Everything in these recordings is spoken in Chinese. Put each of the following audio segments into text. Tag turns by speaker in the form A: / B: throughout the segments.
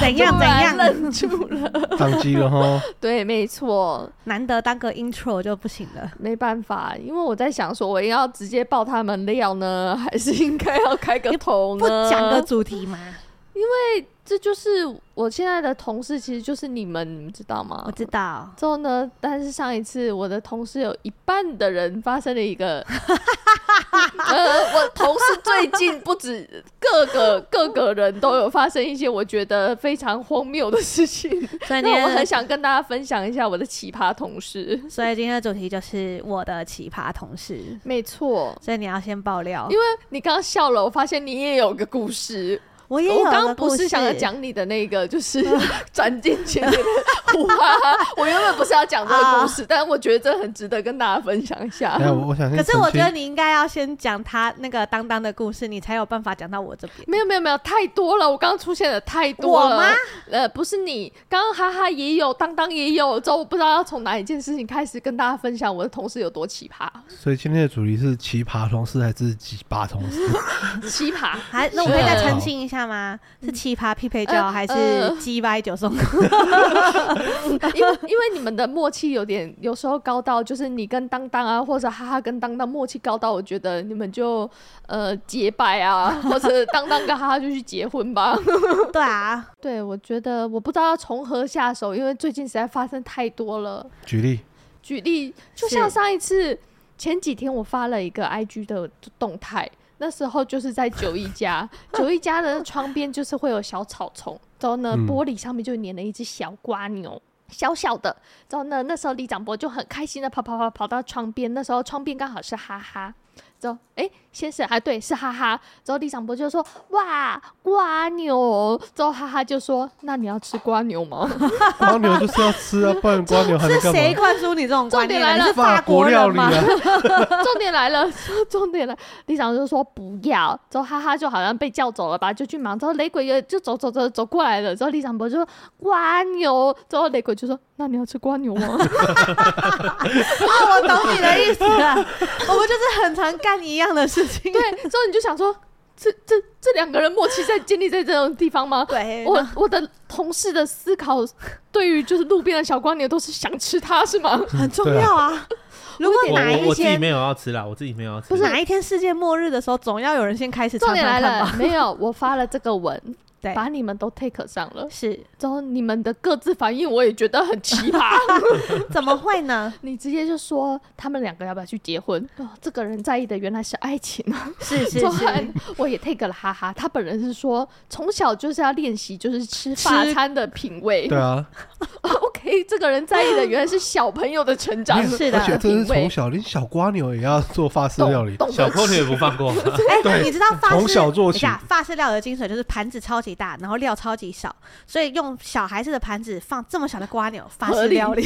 A: 怎样
B: 突
A: 怎
B: 然
A: 样，
B: 愣住了。
C: 宕机了哈，
B: 对，没错，
A: 难得当个 intro 就不行了。
B: 没办法，因为我在想说，我应该要直接爆他们料呢， 还是应该要开个头呢？
A: 不讲个主题吗？
B: 这就是我现在的同事，其实就是你们，你们知道吗？
A: 我知道，
B: 之后呢，但是上一次我的同事有一半的人发生了一 个，呃，我同事最近不止各个 各个人都有发生一些我觉得非常荒谬的事情，
A: 所以今
B: 那我
A: 天
B: 很想跟大家分享一下我的奇葩同事。
A: 所以今天的主题就是我的奇葩同事，
B: 没错，
A: 所以你要先爆料，
B: 因为你刚刚笑了，我发现你也有个故事。
A: 我也有
B: 我刚
A: 个
B: 刚
A: 故
B: 不
A: 事
B: 是想要讲你的那个，就是 斩钉截铁的胡哈哈。我原本不是要讲这个故
A: 啊
B: 事，但我觉得这很值得跟大家分享一下
C: 哎，。我我想先
A: 可是我
C: 澄清
A: 觉得你应该要先讲他那个当当的故事，你才有办法讲到我这边。
B: 没有没有没有，太多了，我刚刚出现的太多
A: 我
B: 了。
A: 吗？
B: 呃，不是你，刚刚哈哈也有，当当也有，之后我不知道要从哪一件事情开始跟大家分享我的同事有多奇葩，
C: 所以今天的主题是奇葩同事还是奇葩同事？
B: 奇葩。
A: 还那我可以再澄清一下吗？是奇葩匹配教
B: 嗯呃
A: 还是
B: 呃
A: 鸡掰九松？
B: 因为因为你们的默契有点，有时候高到就是你跟当当啊，或者哈哈跟当当默契高到，我觉得你们就呃结拜啊，或者当当跟哈哈就去结婚吧。
A: 对啊，
B: 对，我觉得我不知道要从何下手，因为最近实在发生太多了。
C: 举例，
B: 举例，就是像上一次前几天我发了一个 IG 的动态，那时候就是在九一家，九一家的窗边就是会有小草丛，然后呢，
C: 嗯
B: 玻璃上面就粘了一只小瓜牛。小小的，然后呢，那时候李长博就很开心的跑跑跑跑到窗边，那时候窗边刚好是哈哈，之后，哎，先生，啊，对，是哈哈。之后李长博就说：“哇，瓜牛。”之后哈哈就说：“那你要吃瓜牛吗？”
C: 瓜牛就是要吃啊，不然瓜牛还能
A: 是
C: 干
A: 谁
C: 嘛？
A: 灌输你这种观念
B: 重点
A: 啊？
B: 来
A: 你
B: 了
A: 是
C: 法
A: 国
C: 国料
A: 人
C: 理
A: 吗？
C: 啊，
B: 重点来了，重点来，李长就说不要，之后哈哈就好像被叫走了吧，就去忙。之后雷鬼也就走走走走过来了，之后李长博就说瓜牛，之后雷鬼就说那你要吃瓜 牛吗？
A: 啊，我懂你的意思了，我们就是很常干一样的事情。
B: 对，之后你就想说这这这两个人默契在建立在这种地方吗？
A: 对，
B: 我我的同事的思考，对于就是路边的小瓜牛都是想吃它是 吗？
A: 很重
C: 对啊
A: 要啊。如果
D: 我
A: 哪
D: 我
A: 一
D: 我自己
A: 天
D: 没有要吃啦，我自己没有要吃。
B: 不是
A: 哪一天世界末日的时候，总要有人先开始
B: 重
A: 尝
B: 点
A: 尝
B: 来
A: 看
B: 了
A: 吧。，
B: 没有，我发了这个文，
A: 对，
B: 把你们都 take 上了，
A: 是
B: 之后你们的各自反应我也觉得很奇葩。
A: 怎么会呢？
B: 你直接就说他们两个要不要去结婚？哦，这个人在意的原来是爱情啊！
A: 是是
B: 之后还
A: 是，
B: 我也 take 了哈哈，他本人是说从小就是要练习就是吃法
A: 吃
B: 餐的品味。
C: 对啊，
B: OK，这个人在意的原来是小朋友的成长，
A: 是的
C: 而且这 是
B: 品
C: 从
B: 味。
C: 小，连小瓜牛也要做法式料理，
B: 懂
D: 小
B: 得
D: 蝌蚪也不放过，
A: 哎，你知道法式
C: 从小做
A: 等一
C: 起
A: 下法式料理的精髓就是盘子超级大，然后料超级少，所以用小孩子的盘子放这么小的瓜牛，法
B: 合
A: 式
B: 理
A: 料理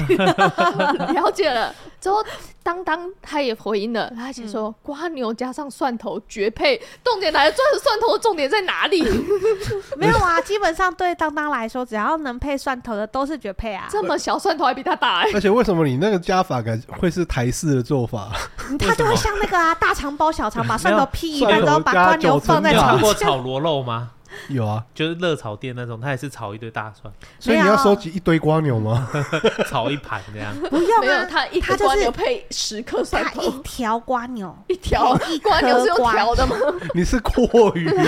B: 了解了。之后，当当他也回应了，他写
A: 嗯
B: 说、瓜牛加上蒜头绝配。重点来了，蒜蒜头的重点在哪里？
A: 没有啊。基本上对当当来说，只要能配蒜头的都是绝配啊。
B: 这么小蒜头还比他大哎、
C: 而且为什么你那个加法感会是台式的做法？
A: 嗯它就会像那个啊大肠包小肠，把蒜
D: 没
A: 头
D: 有
A: 劈一半，
C: 蒜头
A: 然后把
C: 加
A: 瓜牛
C: 九层
A: 放在啊
C: 塔
A: 肠
D: 你有吃过
A: 上。
D: 炒螺肉吗？
C: 有啊，
D: 就是热炒店那种，它也是炒一堆大蒜，
C: 所以
A: 没
C: 你
A: 有
C: 要收集一堆瓜牛吗？
D: 炒一盘这样。
A: 不用
B: 没有
A: 啊，
B: 他一
A: 他
B: 颗
A: 就是
B: 瓜牛配十颗蒜
A: 它一
B: 头，
A: 条瓜牛，
B: 一条
A: 配一
B: 瓜牛是
A: 颗
B: 用
A: 瓜
B: 条的吗？
C: 你是阔鱼吗，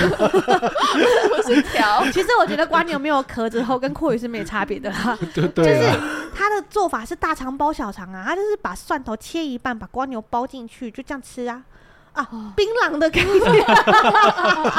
B: 不是 条，
A: 其实我觉得瓜牛没有壳之后跟阔鱼是没差别的啦。
C: 对对啊，
A: 他的做法是大肠包小肠啊，他就是把蒜头切一半，把瓜牛包进去，就这样吃啊。
B: 哦
A: 啊，槟榔的感觉，
B: 还有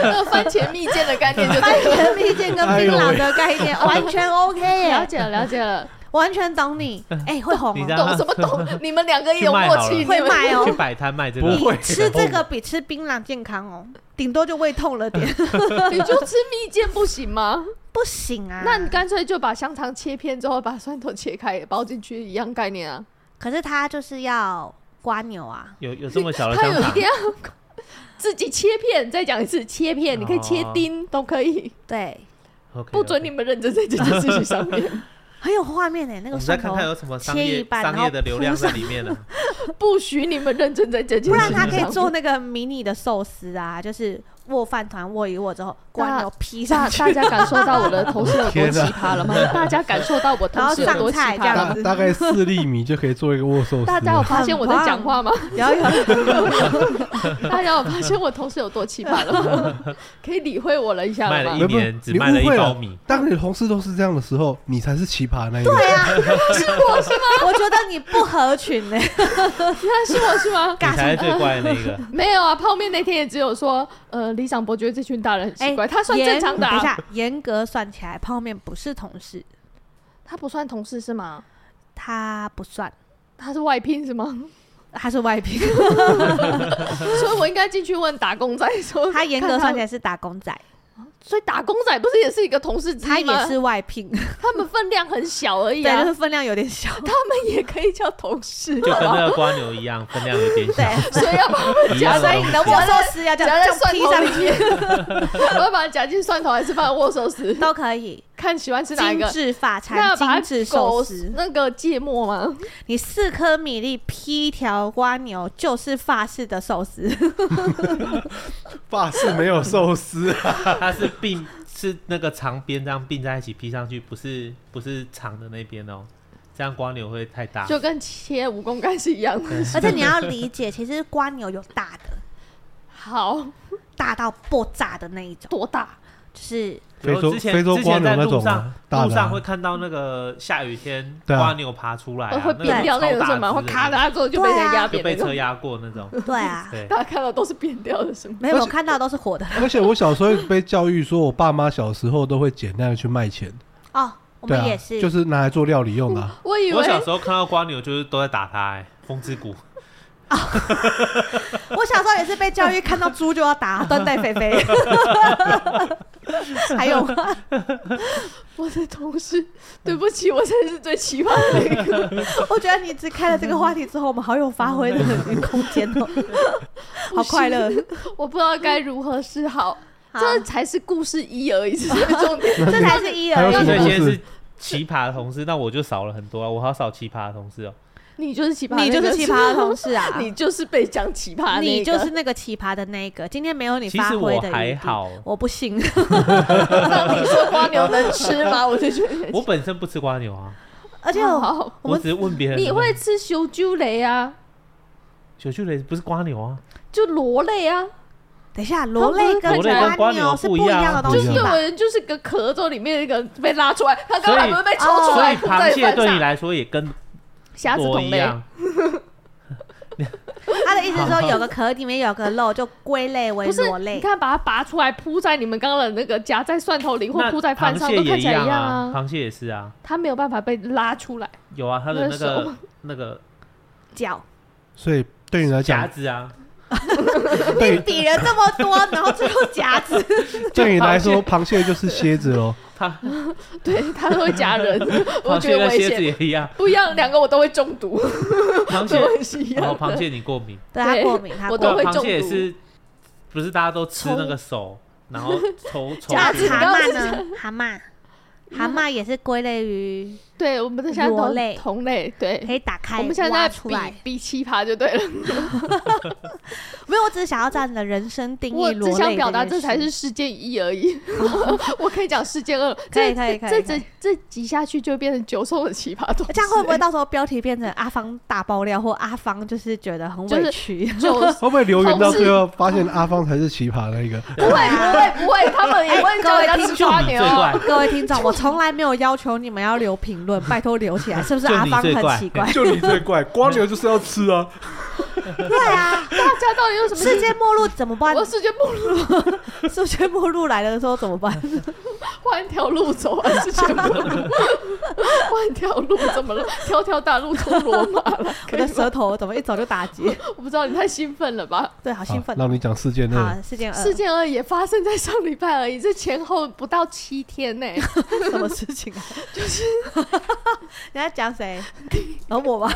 B: 还有番茄蜜饯的概念就
A: 番
B: 对了。
A: 茄蜜饯跟 槟榔的概念、完全 OK
B: 哎了
A: 耶，
B: 解了，了解了，
A: 完全懂你。哎、会红
D: 嗯你这
A: 哦，
B: 懂
D: 样
B: 什么懂？你们两个也有
D: 去卖
B: 默
D: 好了
B: 契，
A: 会
B: 你们
A: 卖哦
D: 去摆摊卖这
C: 不
D: 个，
C: 会
A: 吃这个比吃槟榔健康哦，顶多就胃痛了点，
B: 你就吃蜜饯不行吗？
A: 不行啊。
B: 那你干脆就把香肠切片之后，把蒜头切开也包进去，一样概念啊。
A: 可是他就是要瓜牛啊，
D: 有有这么小的
B: 它
D: 香
B: 有一
D: 肠
B: 定，要自己切片，再讲一次切片，你可以切丁都可以，
A: 哦对，
D: OK，
B: 不准你
D: OK
B: 们认真在这件事情上面，
A: 很有画面哎，那个
D: 我们再
A: 蒜
D: 看
A: 头
D: 看，有什么商
A: 切
D: 业
A: 一半
D: 商
A: 然后
D: 业的流量在里面了。
B: 不许你们认真在这件
A: 不
B: 事
A: 然
B: 情上
A: 他可
B: 面。
A: 以做那个迷你的寿司啊，就是握饭团握一握之后，瓜牛披
B: 大
A: 上去，
B: 大家感受到我的同事有多
C: 天
B: 奇
C: 哪
B: 葩了吗？大家感受到我同事有多奇
A: 然后上菜这
B: 葩
A: 样
B: 了
C: 大
B: 吗？
C: 大概四粒米就可以做一个握寿司。
B: 大家有发现我在讲话吗？
A: 然后有嗯
B: 大家有发现我同事有多奇葩了 吗？可以理会我了一下
D: 卖
B: 了 吗
D: 了一？
C: 不是
D: 年只
C: 你
D: 卖了
C: 误
D: 一
C: 会
D: 包
C: 了
D: 米，
C: 当你的同事都是这样的时候，你才是奇葩的那一个。
A: 对啊，是我是吗？我觉得你不合群呢、欸
B: 原来是我是 吗？
D: 你才是最怪的那个。
B: 没有啊，泡面那天也只有说，呃，李长博觉得这群大人很 奇怪，他算正常的、
A: 哎严等一
B: 啊，
A: 下，严格算起来，泡面不是同事，
B: 他不算同事是吗？
A: 他不算，
B: 他是外聘是吗？
A: 他是外聘，
B: 所以我应该进去问打工仔说，
A: 他严格算起
B: 看
A: 来是打工仔，
B: 他，所以打工仔不是也是一个同事之
A: 他
B: 一吗？啊
A: 也是外聘，
B: 他们分量很小而已
A: 对，
B: 啊，
A: 就是分量有点小，
B: 他们也可以叫同事，
D: 就跟
B: 好吧
D: 那个瓜牛一样，分量有点小
A: 对，，
B: 所以要把它们
D: 一
B: 夹
D: 样的
B: 在
D: 东
B: 你
D: 西
B: 的
A: 握
B: 握手
A: 寿司要这
B: 夹
A: 样
B: 在
A: 这样
B: 蒜
A: 披
B: 头
A: 上
B: 里
A: 去
B: 面， 我要把它夹进蒜头还是放在握手 时？
A: 都可以，
B: 看喜欢吃哪一
A: 精
B: 个。
A: 致法
B: 那
A: 餐、
B: 把它
A: 精致寿
B: 狗
A: 司，
B: 那个芥末吗？
A: 你四颗米粒劈一条瓜牛，就是法式的 寿司。
C: 法式没有寿 司啊，
D: 它是并是那个长边这样并在一起披上去，不是不是长的那边哦，这样瓜牛会太大。
B: 就跟切蜈蚣干是一样的。
A: 而且你要理解，其实瓜牛有大的，
B: 好
A: 大到爆炸的那一种，
B: 多大？
A: 就是
D: 然
C: 非
D: 后
C: 洲
D: 之前
C: 非洲
D: 之前
C: 瓜牛
D: 在
C: 那
D: 路
C: 种啊
D: 上
C: 大的啊
D: 路上会看到那个下雨天
C: 对啊
D: 瓜牛爬出来啊，
B: 会扁掉那
D: 那
B: 种是吗？会咔的，之后就被人压
D: 就
B: 扁那
D: 被车
B: 种。
D: 压过 那种。
A: 对啊，
D: 对，
B: 大家看到都是扁掉的，是吗？
A: 没有我看到都是活的
C: 而且我小时候被教育说，我爸妈小时候都会捡那个去卖钱，
A: 哦。我
C: 对
A: 们
C: 啊
A: 也，是，嗯
C: 就是 拿来做料理用的啊。
B: 我以
D: 我
B: 为
D: 小时候看到瓜牛就是都在打它，哎，风之 谷。
A: 我小时候也是被教育看到猪就要打，端带肥肥。 还有吗？
B: 我的同事，对不起，我才是最奇葩的那个。
A: 我觉得你只开了这个话题之后，我们好有发挥的空间 哦，好快乐。
B: 我不知道该如何是好。
A: 好
B: 这才是故事一而已，这是重点。
A: 这才是一
C: 还
A: 而
C: 有什
A: 已
C: 么
D: 那所以
C: 故事
D: 现在是奇葩的同事，那我就少了很多啊，我好少奇葩的同事哦。
B: 你就是奇葩，
A: 你就是奇葩的同，事啊！
B: 你就是被讲奇葩，
A: 你就是。那个奇葩的那一个，今天没有你
D: 其
A: 发
D: 实
A: 挥
D: 我
A: 的余
D: 还
A: 地
D: 好，
A: 我不信，
B: 那 你说瓜牛能吃吗？我就觉得
D: 我本身不吃瓜牛啊，
A: 而且我
B: 哦好。
A: 我
D: 我
A: 们
D: 只是问别人。
B: 你会吃修鸠雷啊，
D: 小巨雷不是瓜牛啊？
B: 就螺类啊，
A: 等一下螺类跟
D: 螺类跟
A: 瓜
D: 瓜
A: 牛
D: 牛
A: 是
D: 不
A: 不一
D: 一样
A: 样的
D: 啊
A: 东
C: 不一
A: 西
C: 样
B: 就有
A: 吧？
B: 人就是个壳中里面那个被拉出来，他刚刚还
D: 所以
B: 会被抽出
D: 所
B: 来
D: 以
B: 吐
D: 螃
B: 哦在
D: 蟹
B: 饭
D: 对你
B: 上。
D: 来说也跟
B: 虾子
D: 螺
B: 同
D: 一
B: 类，
D: 样，
A: 他的意思是 说有个壳里面有个肉，就归类为
B: 不是
A: 螺？
B: 你
A: 类。
B: 看把它拔出来铺在你们刚刚的那个夹在蒜头里或
D: 那
B: 铺在饭
D: 螃
B: 上，
D: 蟹
B: 都看
D: 也
B: 起来一样啊。
D: 啊，螃蟹也是啊，
B: 它没有办法被拉出来，
D: 有啊，它的
B: 那
D: 那
B: 手
D: 个那个
A: 脚
C: 所以对你来
D: 夹
C: 讲，
D: 子啊，
C: 对
A: 比人这么多，然后最后夹子，
C: 对你来说，螃蟹就是蝎子哦喽。
D: 它
B: 对，它都会夹 人，我觉
D: 螃蟹
B: 得
D: 跟
B: 危
D: 蝎子
B: 险。
D: 也 一样，
B: 不一样，两个我都会中毒，
D: 螃蟹
B: 都会是一
D: 然后
B: 样
D: 哦螃
B: 的。
D: 蟹你过敏，
A: 对他
B: 对
A: 过敏，他过
B: 我都
D: 对
B: 会
D: 啊，
B: 中
D: 螃蟹也
B: 毒
D: 是，不是大家都吃那个手，然 后抽抽
A: 那
B: 夹
D: 血
B: 子
A: 蛤
B: 刚刚
A: 蟆
B: 是
A: 呢？蛤蟆，蛤蟆也是归类于
B: 对，我们的现在
A: 螺
B: 都
A: 类
B: 同类，
A: 可
B: 对，
A: 以打开，
B: 我们现
A: 挖
B: 在在
A: 出来
B: 比。比奇葩就对了。
A: 没有，我只是想要在你的人生定
B: 我
A: 义
B: 只
A: 罗
B: 想
A: 类
B: 表达
A: 这件
B: 这才
A: 事哦
B: 是事件一而已， 我可以讲事件二，
A: 可以
B: 这
A: 可以可以
B: 这
A: 可以
B: 这这集下去就会变成九兽的奇葩东 西，
A: 这样会 不会到时候标题变成阿芳大爆料，或阿芳就是觉得很
B: 就是
A: 委屈？
B: 九？
C: 会不会留言到最后发现阿芳才是奇葩那个？？
B: 不会不会不会，他们也不 会叫人家吃
D: 就
B: 瓜
D: 你啊最
B: 牛。啊
D: 怪，
A: 各位听众，我从来没有要求你们要留评论，拜托留 起来，是不是
D: 就你
A: 阿芳
D: 最怪
A: 很奇 怪
C: 就你最怪，光牛就是要吃啊！
A: 对 啊，
B: 大家到底有什么
A: 世界末日怎么办
B: 我？世界末日
A: 世界末日来了的时候怎么办？
B: 换一条路走啊，世界末日 换一条路怎么了？条条大路通罗马了，
A: 我
B: 可以
A: 的
B: 吗
A: 舌头怎么一早就打结？
B: 我不知道你太兴奋了吧？
A: 对，好兴
C: 好
A: 奋，。
C: 让你讲事件二，
A: 好，事件二，
B: 事件二也发生在上礼拜而已，这前后不到七天呢、
A: 什么事情啊？ 就是你在讲 谁？然后我吗？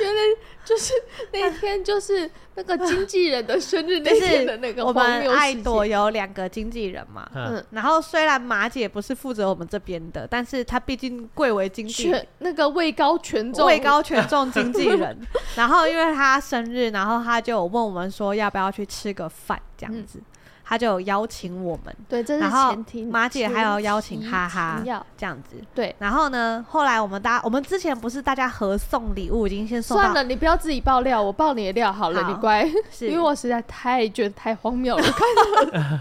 B: 原来就是那一天，就是那个经纪人的生 日
A: 就
B: 那天的那
A: 是
B: 个
A: 我
B: 荒
A: 们
B: 谬
A: 爱
B: 事
A: 朵
B: 情。
A: 有两个经纪人嘛，
D: 嗯，
A: 然后虽然马姐不是负责我们这边的，但是她毕竟贵为经纪人
B: 全那个位高权重，
A: 位高权重经纪 人。然后因为她生日，然后她就有问我们说要不要去吃个饭这样子，她就有邀请我们
B: 对，这是
A: 然后
B: 前提。
A: 马姐还有邀请
B: 前提
A: 哈哈
B: 要
A: 这样子。
B: 对，
A: 然后呢，后来我们大家，我们之前不是大家合送礼物，已经先送
B: 算
A: 到
B: 了，你不要自己爆料，我爆你的料好了，
A: 好
B: 你乖，
A: 是
B: 因为我实在太觉得太荒 谬了。看到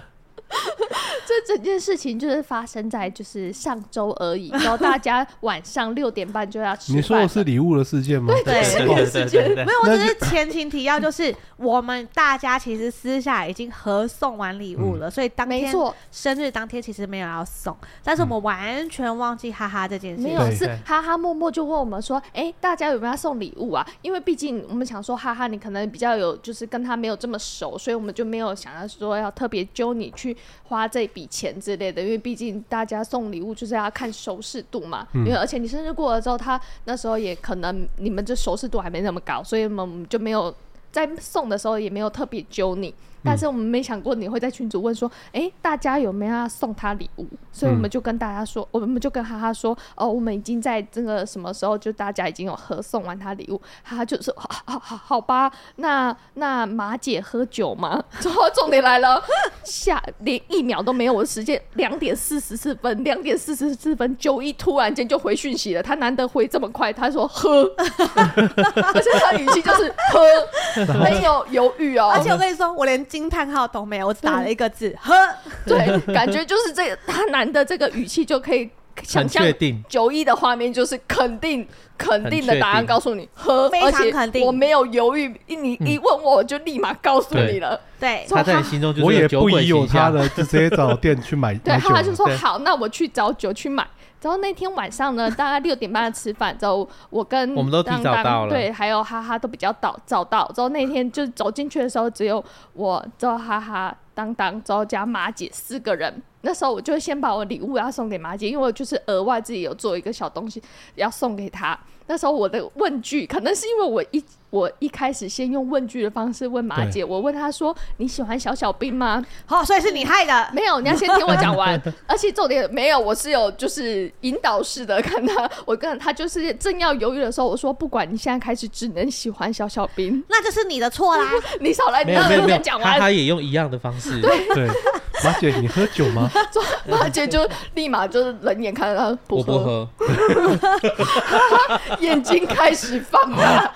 B: 这整件事情就是发生在就是上周而已，然后大家晚上六点半就要吃饭
C: 你
B: 了。
C: 说的是礼物的事件吗？哦
D: 对对对对对对
A: 没，有，我
C: 那
A: 只是前情提要，就是我们大家其实私下已经合送完礼物了，所以当
B: 没
A: 天
B: 错，
A: 生日当天其实没有要送，但是我们完全忘记哈哈这件事
B: 没
A: 情。
B: 有，
C: 对
B: 是
D: 对
B: 哈哈默默就问我们说，哎、大家有没有要送礼物啊？因为毕竟我们想说哈哈，你可能比较有，就是跟他没有这么熟，所以我们就没有想要说要特别揪你去花这笔钱之类的，因为毕竟大家送礼物就是要看熟识度嘛。因为而且你生日过了之后，他那时候也可能你们这熟识度还没那么高，所以我们就没有在送的时候也没有特别揪你。但是我们没想过你会在群组问说，哎、大家有没有要送他礼物？所以我们就跟大家说，哦我们就跟哈哈说，哦，我们已经在这个什么时候，就大家已经有合送完他礼物，哈哈就说，好好好好吧，那 那马姐喝酒吗？之后重点来了，下连一秒都没有，我的时间两点四十四分，两点四十四分，九一突然间就回讯息了，他难得回这么快，他说喝， 而且他语气就是 喝，没有犹豫哦，
A: 而且我跟你说，我连惊叹号都没有，我只打了一个字“呵
B: 嗯对，感觉就是这个他男的这个语气就可以想
D: 很
B: 象
D: 确定，
B: 九一的画面，就是肯定肯定的答
D: 很
B: 案
D: 确定嗯
B: 告诉你，喝，
A: 非
B: 而
A: 常
B: 且
A: 肯定
B: 我没有犹豫，一你一问我，我就立马告诉
D: 对
B: 你了。”，
A: 对，
D: 他在你心中 就是
C: 我也
D: 有酒
C: 不
D: 鬼
C: 疑有
D: 形
C: 他
D: 象，
C: 的，就直接找店去 买
B: 对，
C: 买酒
B: 他就
C: 了。
B: 说
D: 对
B: 好，那我去找酒去买。然后那天晚上呢，大概六点半吃饭，之后我跟
D: 我们都提
B: 当
D: 早
B: 当
D: 到了
B: 对，还有哈哈都比较早早到。之后那天就走进去的时候，只有我，之后哈哈、当当，之后加马姐四个人。那时候我就先把我礼物要送给马姐，因为我就是额外自己有做一个小东西要送给她。那时候我的问句，可能是因为我一我一开始先用问句的方式问马
C: 对
B: 姐，我问她说：“你喜欢小小兵吗？”
A: 好，所以是你害的。
B: 没有，你要先听我讲 完。而且重点没有，我是有就是引导式的看他，我跟他就是正要犹豫的时候，我说不管你现在开始只能喜欢小小兵，
A: 那就是你的错啦！
B: 你少哎来，你
D: 没有
B: 让
D: 没有
B: 人
D: 没
B: 家
D: 有，
B: 讲
D: 他
B: 完。
D: 他也用一样的方 式，
C: 对，马姐，你喝酒吗？
B: 马姐就立马就是冷眼看他不
D: 我不
B: 喝，
D: 喝，
B: 眼睛开始放啊大。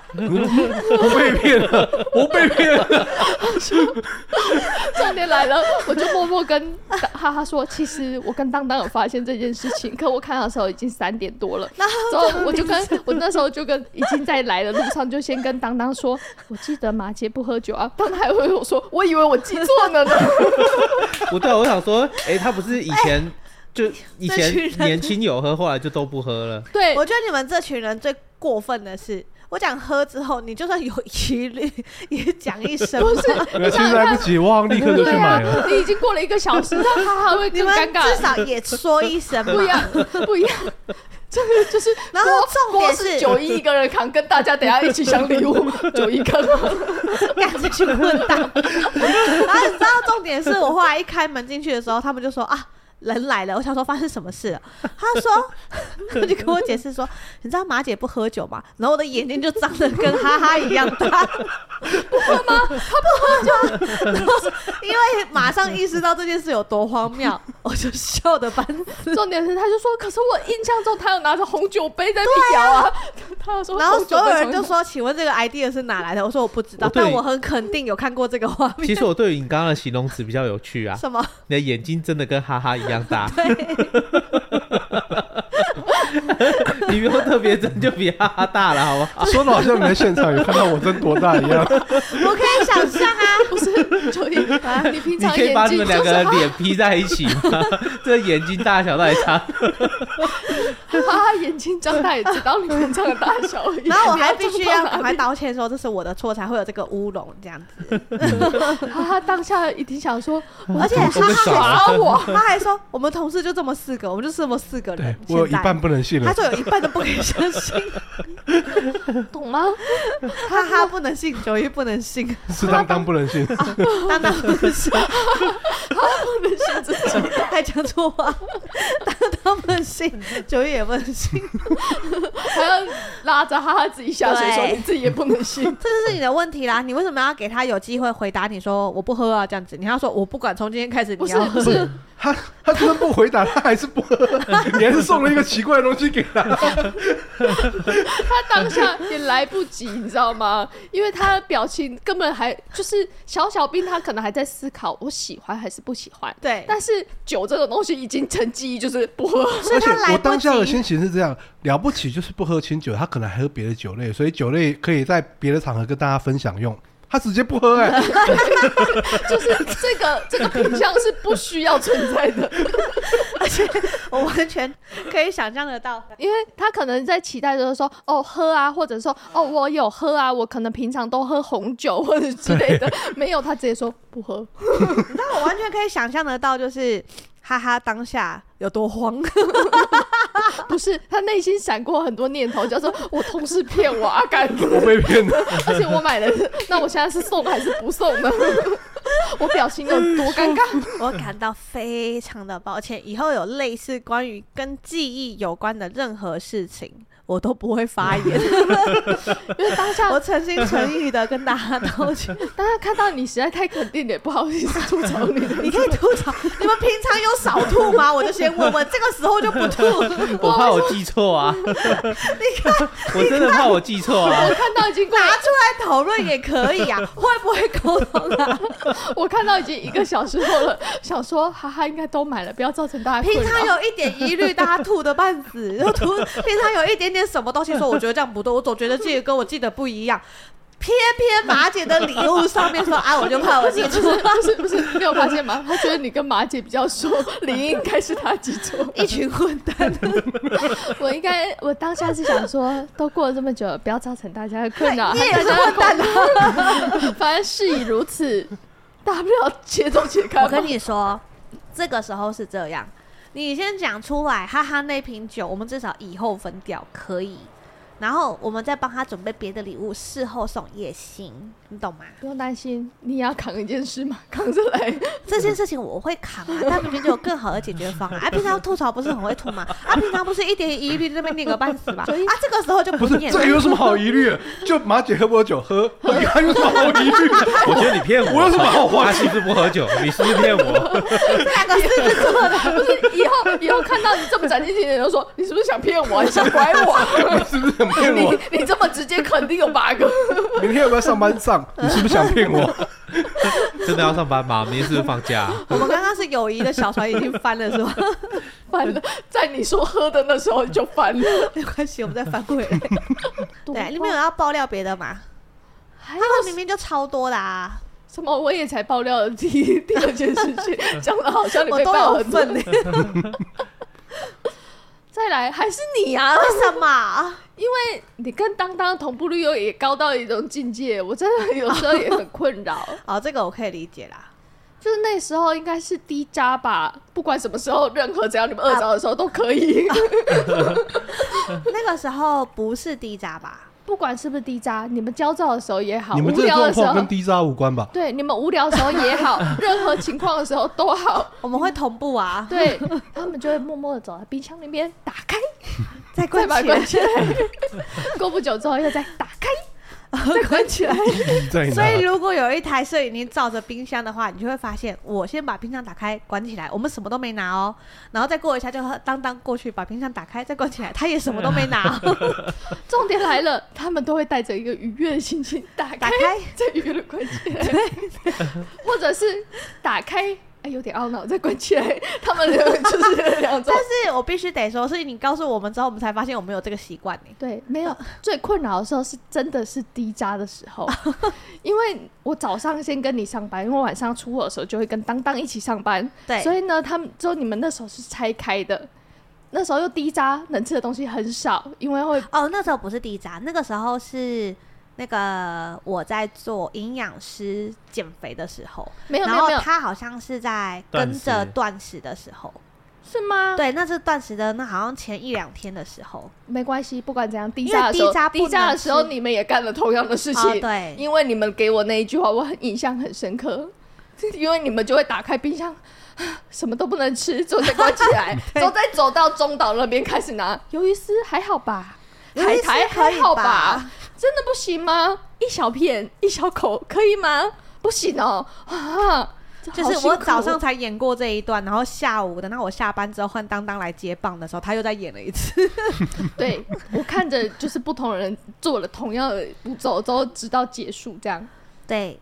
C: 我被骗了，我被骗了。
B: 重点来了，我就默默跟哈哈说，其实我跟当当有发现这件事情，可我看到的时候已经三点多了，
A: 然
B: 之后我就跟我那时候就跟已经在来的路上，就先跟当当说，我记得马姐不喝酒啊，当当还回我说，我以为我记错了 呢。
D: 不对，我想说，哎，他不是以前就以
A: 这群
D: 前
A: 人
D: 年轻有喝，后来就都不喝了，
B: 对
A: 我，觉得你们这群人最过分的是，我讲喝之后，你就算有疑虑，也讲一声。
B: 不是
C: 没有
B: 你
C: 啊其
B: 想
C: 实
A: 啊
B: 想
C: 来
B: 看
C: 不，及，我好像立刻就去
B: 对
C: 买了。
B: 啊，你已经过了一个小时，那哈哈会
A: 你
B: 更
A: 们
B: 尴
A: 至
B: 尬。
A: 少也说一声嘛
B: 不一。样，不一样， 这个就是
A: 啊然后
B: 锅
A: 重点
B: 锅
A: 是
B: 九一一个人扛，跟大家等一下一起抢礼 物，九一扛。
A: 干这 群混蛋。然后你知道重点是我后来一开门进去的时候，他们就说啊。人来了，我想说发生什么事了。他说， 他就跟我解释说，你知道马姐不喝酒吗？然后我的眼睛就张得跟哈哈一样大。 因为马上意识到这件事有多荒谬，我就笑的翻。
B: 重点是，他就说，可是我印象中他有拿着红酒杯在辟谣啊，他说，
A: 然后所有人就
B: 说，
A: 说：“请问这个 idea 是哪来的？”我说：“我不知道
D: 我，哦对
A: 但我很肯定有看过这个画面。
D: 其实我对于你刚刚的形容词比较有趣啊”，
A: 什么？
D: 你的眼睛真的跟哈哈一样大， 你不用特别睁就比哈哈大了，好不好？
C: 说的好像你在现场有看到我真多大一 样。
A: 我可以想象啊，
B: 不是， 九一，你平
D: 你
B: 常
D: 可以把
B: 眼
D: 你
B: 睛
D: 们
B: 就
D: 两
B: 是
D: 个 脸 P 在一起吗？ 这眼睛大小到底差？
B: 他眼睛张大也知道你们这样的大小而 已。
A: 然后我还必须要
B: 你
A: 赶
B: 装
A: 快道歉，说这是我的错，才会有这个乌龙这样子。
B: 大他当下一定想 说，
A: 而且
D: 我被耍
C: 啊
A: 他
D: 了
A: 还我，他还说我们同事就这么四个，我们就这么四个
C: 对
A: 人，
C: 我有一
A: 现在
C: 半不能信
A: 他
C: 了，
A: 说有一半都不可以相 信，
B: 懂吗？
A: 哈哈，不能信，九一不能信，
C: 是当当不能信。
A: 当当不能信，
B: 不能信自己，
A: 还讲错话，当当不能信，九一也不能 信，
B: 还要拉着哈哈自己下水，说
A: 对
B: 你自己也不能信。
A: 这就是你的问题啦。你为什么要给他有机会回答？你说我不喝啊，这样子，你要说我不管，从今天开始
B: 不
A: 你
B: 是
A: 要喝
B: 不。是，
C: 他他就算不回答，他还是 不喝，你还是送了一个奇怪的东西给他。
B: 他当下也来不及， 你知道吗？因为他的表情根本还就是小小兵，他可能还在思考我喜欢还是不喜欢。
A: 对，
B: 但是酒这种东西已经成记忆，就是不喝。
A: 所以
C: 而且
A: 他来
C: 我
A: 不
C: 当下的
A: 及
C: 心。情是这样，了不起就是不喝清酒，他可能还喝别的酒类，所以酒类可以在别的场合跟大家分享用。他直接不喝哎、
B: 就是这个这个品相是不需要存在的，
A: 我完全可以想象得到，
B: 因为他可能在期待着说哦喝啊，或者说哦我有喝啊，我可能平常都喝红酒或者之类的，没有他直接说不喝，
A: 你知道，我完全可以想象得到，就是哈哈，当下有多 慌。
B: 不是他内心闪过很多念头，叫做我同事骗我啊，干，
C: 我被骗了，
B: 而且我买的是，那我现在是送还是不送呢？ 我表情有多尴尬？
A: 我感到非常的抱歉，以后有类似关于跟记忆有关的任何事情，我都不会发 言。
B: 因为当下
C: 哎
A: 我诚心诚意的跟大家道歉。
B: 当下看到你实在太肯定了，也不好意思吐 槽你的。
A: 你可以吐槽，你们平常有少吐吗？我就先问问，这个时候就不 吐了，
D: 我怕我记错 啊！我真的怕我记错啊！
B: 我看到已经过了
A: 拿出来讨论也可以啊，会不会沟通啊？
B: 我看到已经一个小时后了，想说哈哈，应该都买了，不要造成大家
A: 平
B: 困
A: 常
B: 扰。
A: 有一点疑虑，大家吐的半 死，就吐。平常有一点点什么东西说，我觉得这样不对，我总觉得自己跟我记得不一样。偏偏马姐的礼物上面说啊，我就怕我记
B: 不
A: 错
B: 是。不是不是，没有发现吗？他觉得你跟马姐比较熟，理应该是他记错。
A: 一群混蛋，
B: 我应该，我当下是想说，都过了这么久了，不要造成大家的困 扰。
A: 你也是
B: 大
A: 混蛋啊！
B: 家 反正事已如此，大不了且走且看
A: 我
B: 嘛
A: 跟。你说，这个时候是这样，你先讲出来，哈哈，那瓶酒我们至少以后分掉可以，然后我们再帮他准备别的礼物，事后送也行，你懂吗？
B: 不用担心，你也要扛一件事嘛，扛着来。
A: 这件事情我会扛啊，但明明就有更好的解决方案。啊，平常吐槽不是很会吐吗？啊，平常不是一点疑虑那边念个半死吧？啊，这个时候就
C: 不
A: 不
C: 是
A: 念
C: 这个
A: 了。
C: 有什么好疑 虑的？就马姐喝不喝酒， 喝，我他有什么好疑虑的？
D: 我觉得你骗我，
C: 我有什么好话
D: 他是不是不喝酒？ 你是不是骗我？
A: 这两个是
B: 不是，以后以后看到你这么斩钉截铁，就说你是不是想骗我，你想拐我？
C: 是不是想骗我？
B: 你你这么直接，肯定有 bug。
C: 明天要不要上班上？ 你是不是想骗我？
D: 真的要上班吗？明天是不是放 假？
A: 我们刚刚是友谊的小船已经翻了，是吗？
B: 翻了，在你说喝的那时候就翻了。
A: 没关系，我们再翻回来。对，你们有
B: 有
A: 要爆料别的吗？
B: 还
A: 他
B: 有
A: 们明明就超多啦、啊
B: 什么？我也才爆料了第一第二件事 情，讲的好像你
A: 我
B: 被
A: 都
B: 爆
A: 有
B: 很多。
A: 份 呢、
B: 再来还是你啊，
A: 为什么？
B: 因为你跟当当同步率又也高到一种境界，我真的有时候也很困扰。
A: 哦，这个我可以理解啦。
B: 就是那时候应该是低渣吧，不管什么时候，任何只要你们二 招的时候都可以。
A: 那个时候不是低渣吧？
B: 不管是不是低渣，你们焦躁的时候也好，
C: 你们
B: 无
C: 这个
B: 聊的
C: 状
B: 时
C: 况
B: 候
C: 跟，低渣无关 吧？
B: 对，你们无聊的时候 也好，任何情况的时候都好，
A: 我们会同步啊，
B: 对他们就会默默的走到冰箱那边，打开，
A: 再
B: 再
A: 关
B: 把它
A: 起
B: 关
A: 来，
B: 起来。过不久之后又再打开， 再关起来。
C: 意义嗯在
A: 所以
C: 哪？
A: 如果有一台摄影机照着冰箱的话，你就会发现，我先把冰箱打开关起来，我们什么都没拿哦，然后再过一下就当当过去把冰箱打开再关起来，他也什么都没拿、哦，
B: 重点来了，他们都会带着一个愉悦的心情打
A: 打
B: 开，
A: 开
B: 再愉悦的关 起来， 或者是打开。哎，有点懊恼，再关起来。 他们就是这两 种
A: 但。是我必须得说，是你告诉我们之后，我们才发现我们有这个习惯呢。
B: 对，没有最困扰的时候是真的是低渣的时候，因为我早上先跟你上班，因为晚上出货的时候就会跟当当一起上班，
A: 对
B: 所以呢，他们就你们那时候是拆开的，那时候又低渣，能吃的东西很少，因 为会
A: 哦，那时候不是低渣，那个时候是那个我在做营养师减肥的时候，
B: 没哎有没
A: 然
B: 有
A: 后
B: 没有，
A: 他好像是在跟着断食的时候，
B: 是吗？，
A: 对，那是断食的，那好像前一两天的时候，
B: 没关系，不管怎样，低
A: 为
B: 渣的时候
A: 低，渣不
B: 低渣的
A: 能
B: 时候
A: 吃
B: 你们也干了同样的事情，
A: 哦，对，
B: 因为你们给我那一句话，我很印象很深刻。 因为你们就会打开冰箱， 什么都不能吃，之后再关起 来，之后再走到中岛那边开始拿鱿鱼丝，还好吧？
A: 鱿鱼
B: 海
A: 丝
B: 苔还
A: 可以
B: 好
A: 吧？
B: 真的不行吗？一小片一小口可以吗？不行哦，啊，这
A: 就
B: 好
A: 是
B: 辛
A: 我
B: 苦
A: 早上才演过这一段，然后下午等到我下班之后换当当来接棒的时候，他又再演了一次。
B: 对我看着就是不同人做了同样的步骤，之后直到结束这样，
A: 对，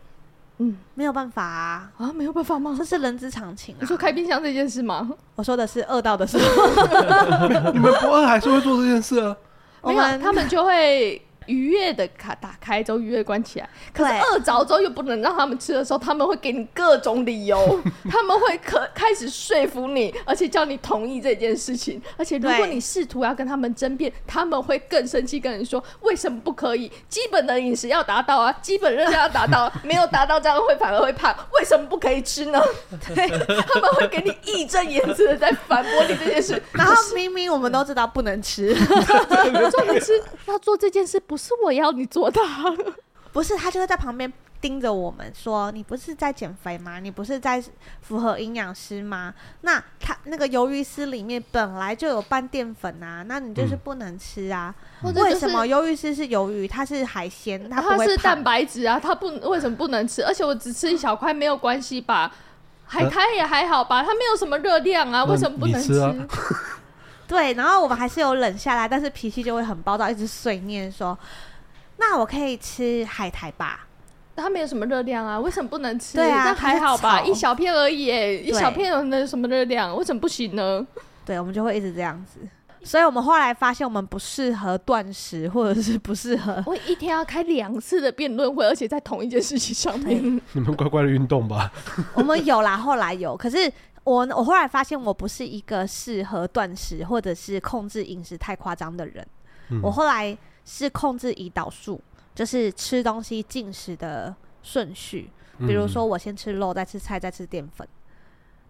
B: 嗯
A: 没有办法、啊，
B: 啊，没有办法吗
A: 这？是人之常情啊
B: 你。说开冰箱这件事吗？
A: 我说的是饿到的 时候。
C: 你们不饿还是会做这件事啊？
A: 我
B: 没有，
A: 们
B: 他们就会愉悦的卡打开之后愉悦关起来。可是
A: 对
B: 饿着之后又不能让他们吃的时候，他们会给你各种理 由，他们会可开始说服你，而且叫你同意这件事情。而且如果
A: 对
B: 你试图要跟他们争辩，他们会更生气，跟你说为什么不可以？基本的饮食要达到啊，基本热量要达到、啊， 没有达到这样会反而会胖，为什么不可以吃呢？对，他们会给你义正言辞的在反驳你这件事，
A: 然后明明我们都知道不能 吃，
B: 做不吃，要做这件事不是我要你做的啊，
A: 不是他就会在旁边盯着我们说：“你不是在减肥吗？你不是在符合营养师吗？那他那个鱿鱼丝里面本来就有半淀粉啊，那你就是不能吃啊。
B: 或者
A: 为
B: 就是
A: 什么鱿鱼丝是鱿鱼？它是海鲜，它不
B: 它
A: 会
B: 是
A: 胖
B: 蛋白质啊，它不为什么不能吃？而且我只吃一小块没有关系吧，海苔也还好吧，它没有什么热量啊，
C: 那
B: 为什么不能
C: 你吃啊
A: 对，然后我们还是有冷下来，但是脾气就会很暴躁，一直碎念说：那我可以吃海苔吧？
B: 它没有什么热量啊，为什么不能吃？
A: 对啊
B: 那还好
A: 它
B: 吧，
A: 是草
B: 一小片而已耶，一小片能有什么热量？为什么不行呢？
A: 对，我们就会一直这样子。”所以我们后来发现，我们不适合断食，或者是不适合
B: 我一天要开两次的辩论会，而且在同一件事情上面，
C: 你们乖乖的运动吧。
A: 我们有啦，后来有，可是我我后来发现我不是一个适合断食或者是控制饮食太夸张的人，
C: 嗯
A: 我后来是控制胰岛素，就是吃东西进食的顺序，比
C: 嗯
A: 如说我先吃肉，再吃菜，再吃淀粉，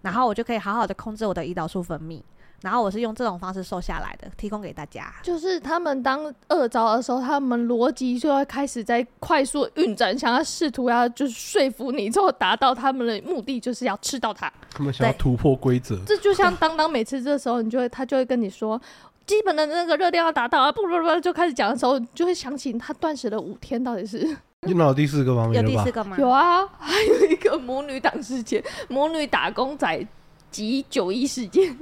A: 然后我就可以好好的控制我的胰岛素分泌。然后我是用这种方式瘦下来的，提供给大家。
B: 就是他们当饿着的时候，他们逻辑就要开始在快速运转，想要试图要就是说服你，之后达到他们的目的，就是要吃到它。
C: 他们想要
A: 对
C: 突破规则，
B: 这就像当当每次这时候，你就会他就会跟你说，基本的那个热量要达到啊，不不不，就开始讲的时候，你就会想起他断食了五天到底 是
C: 你脑第四个方
A: 有
C: 面
A: 第
C: 了
A: 四
C: 吧？
A: 个吗？
B: 有啊，还有一个母女党事件，母女打工仔及九一事件，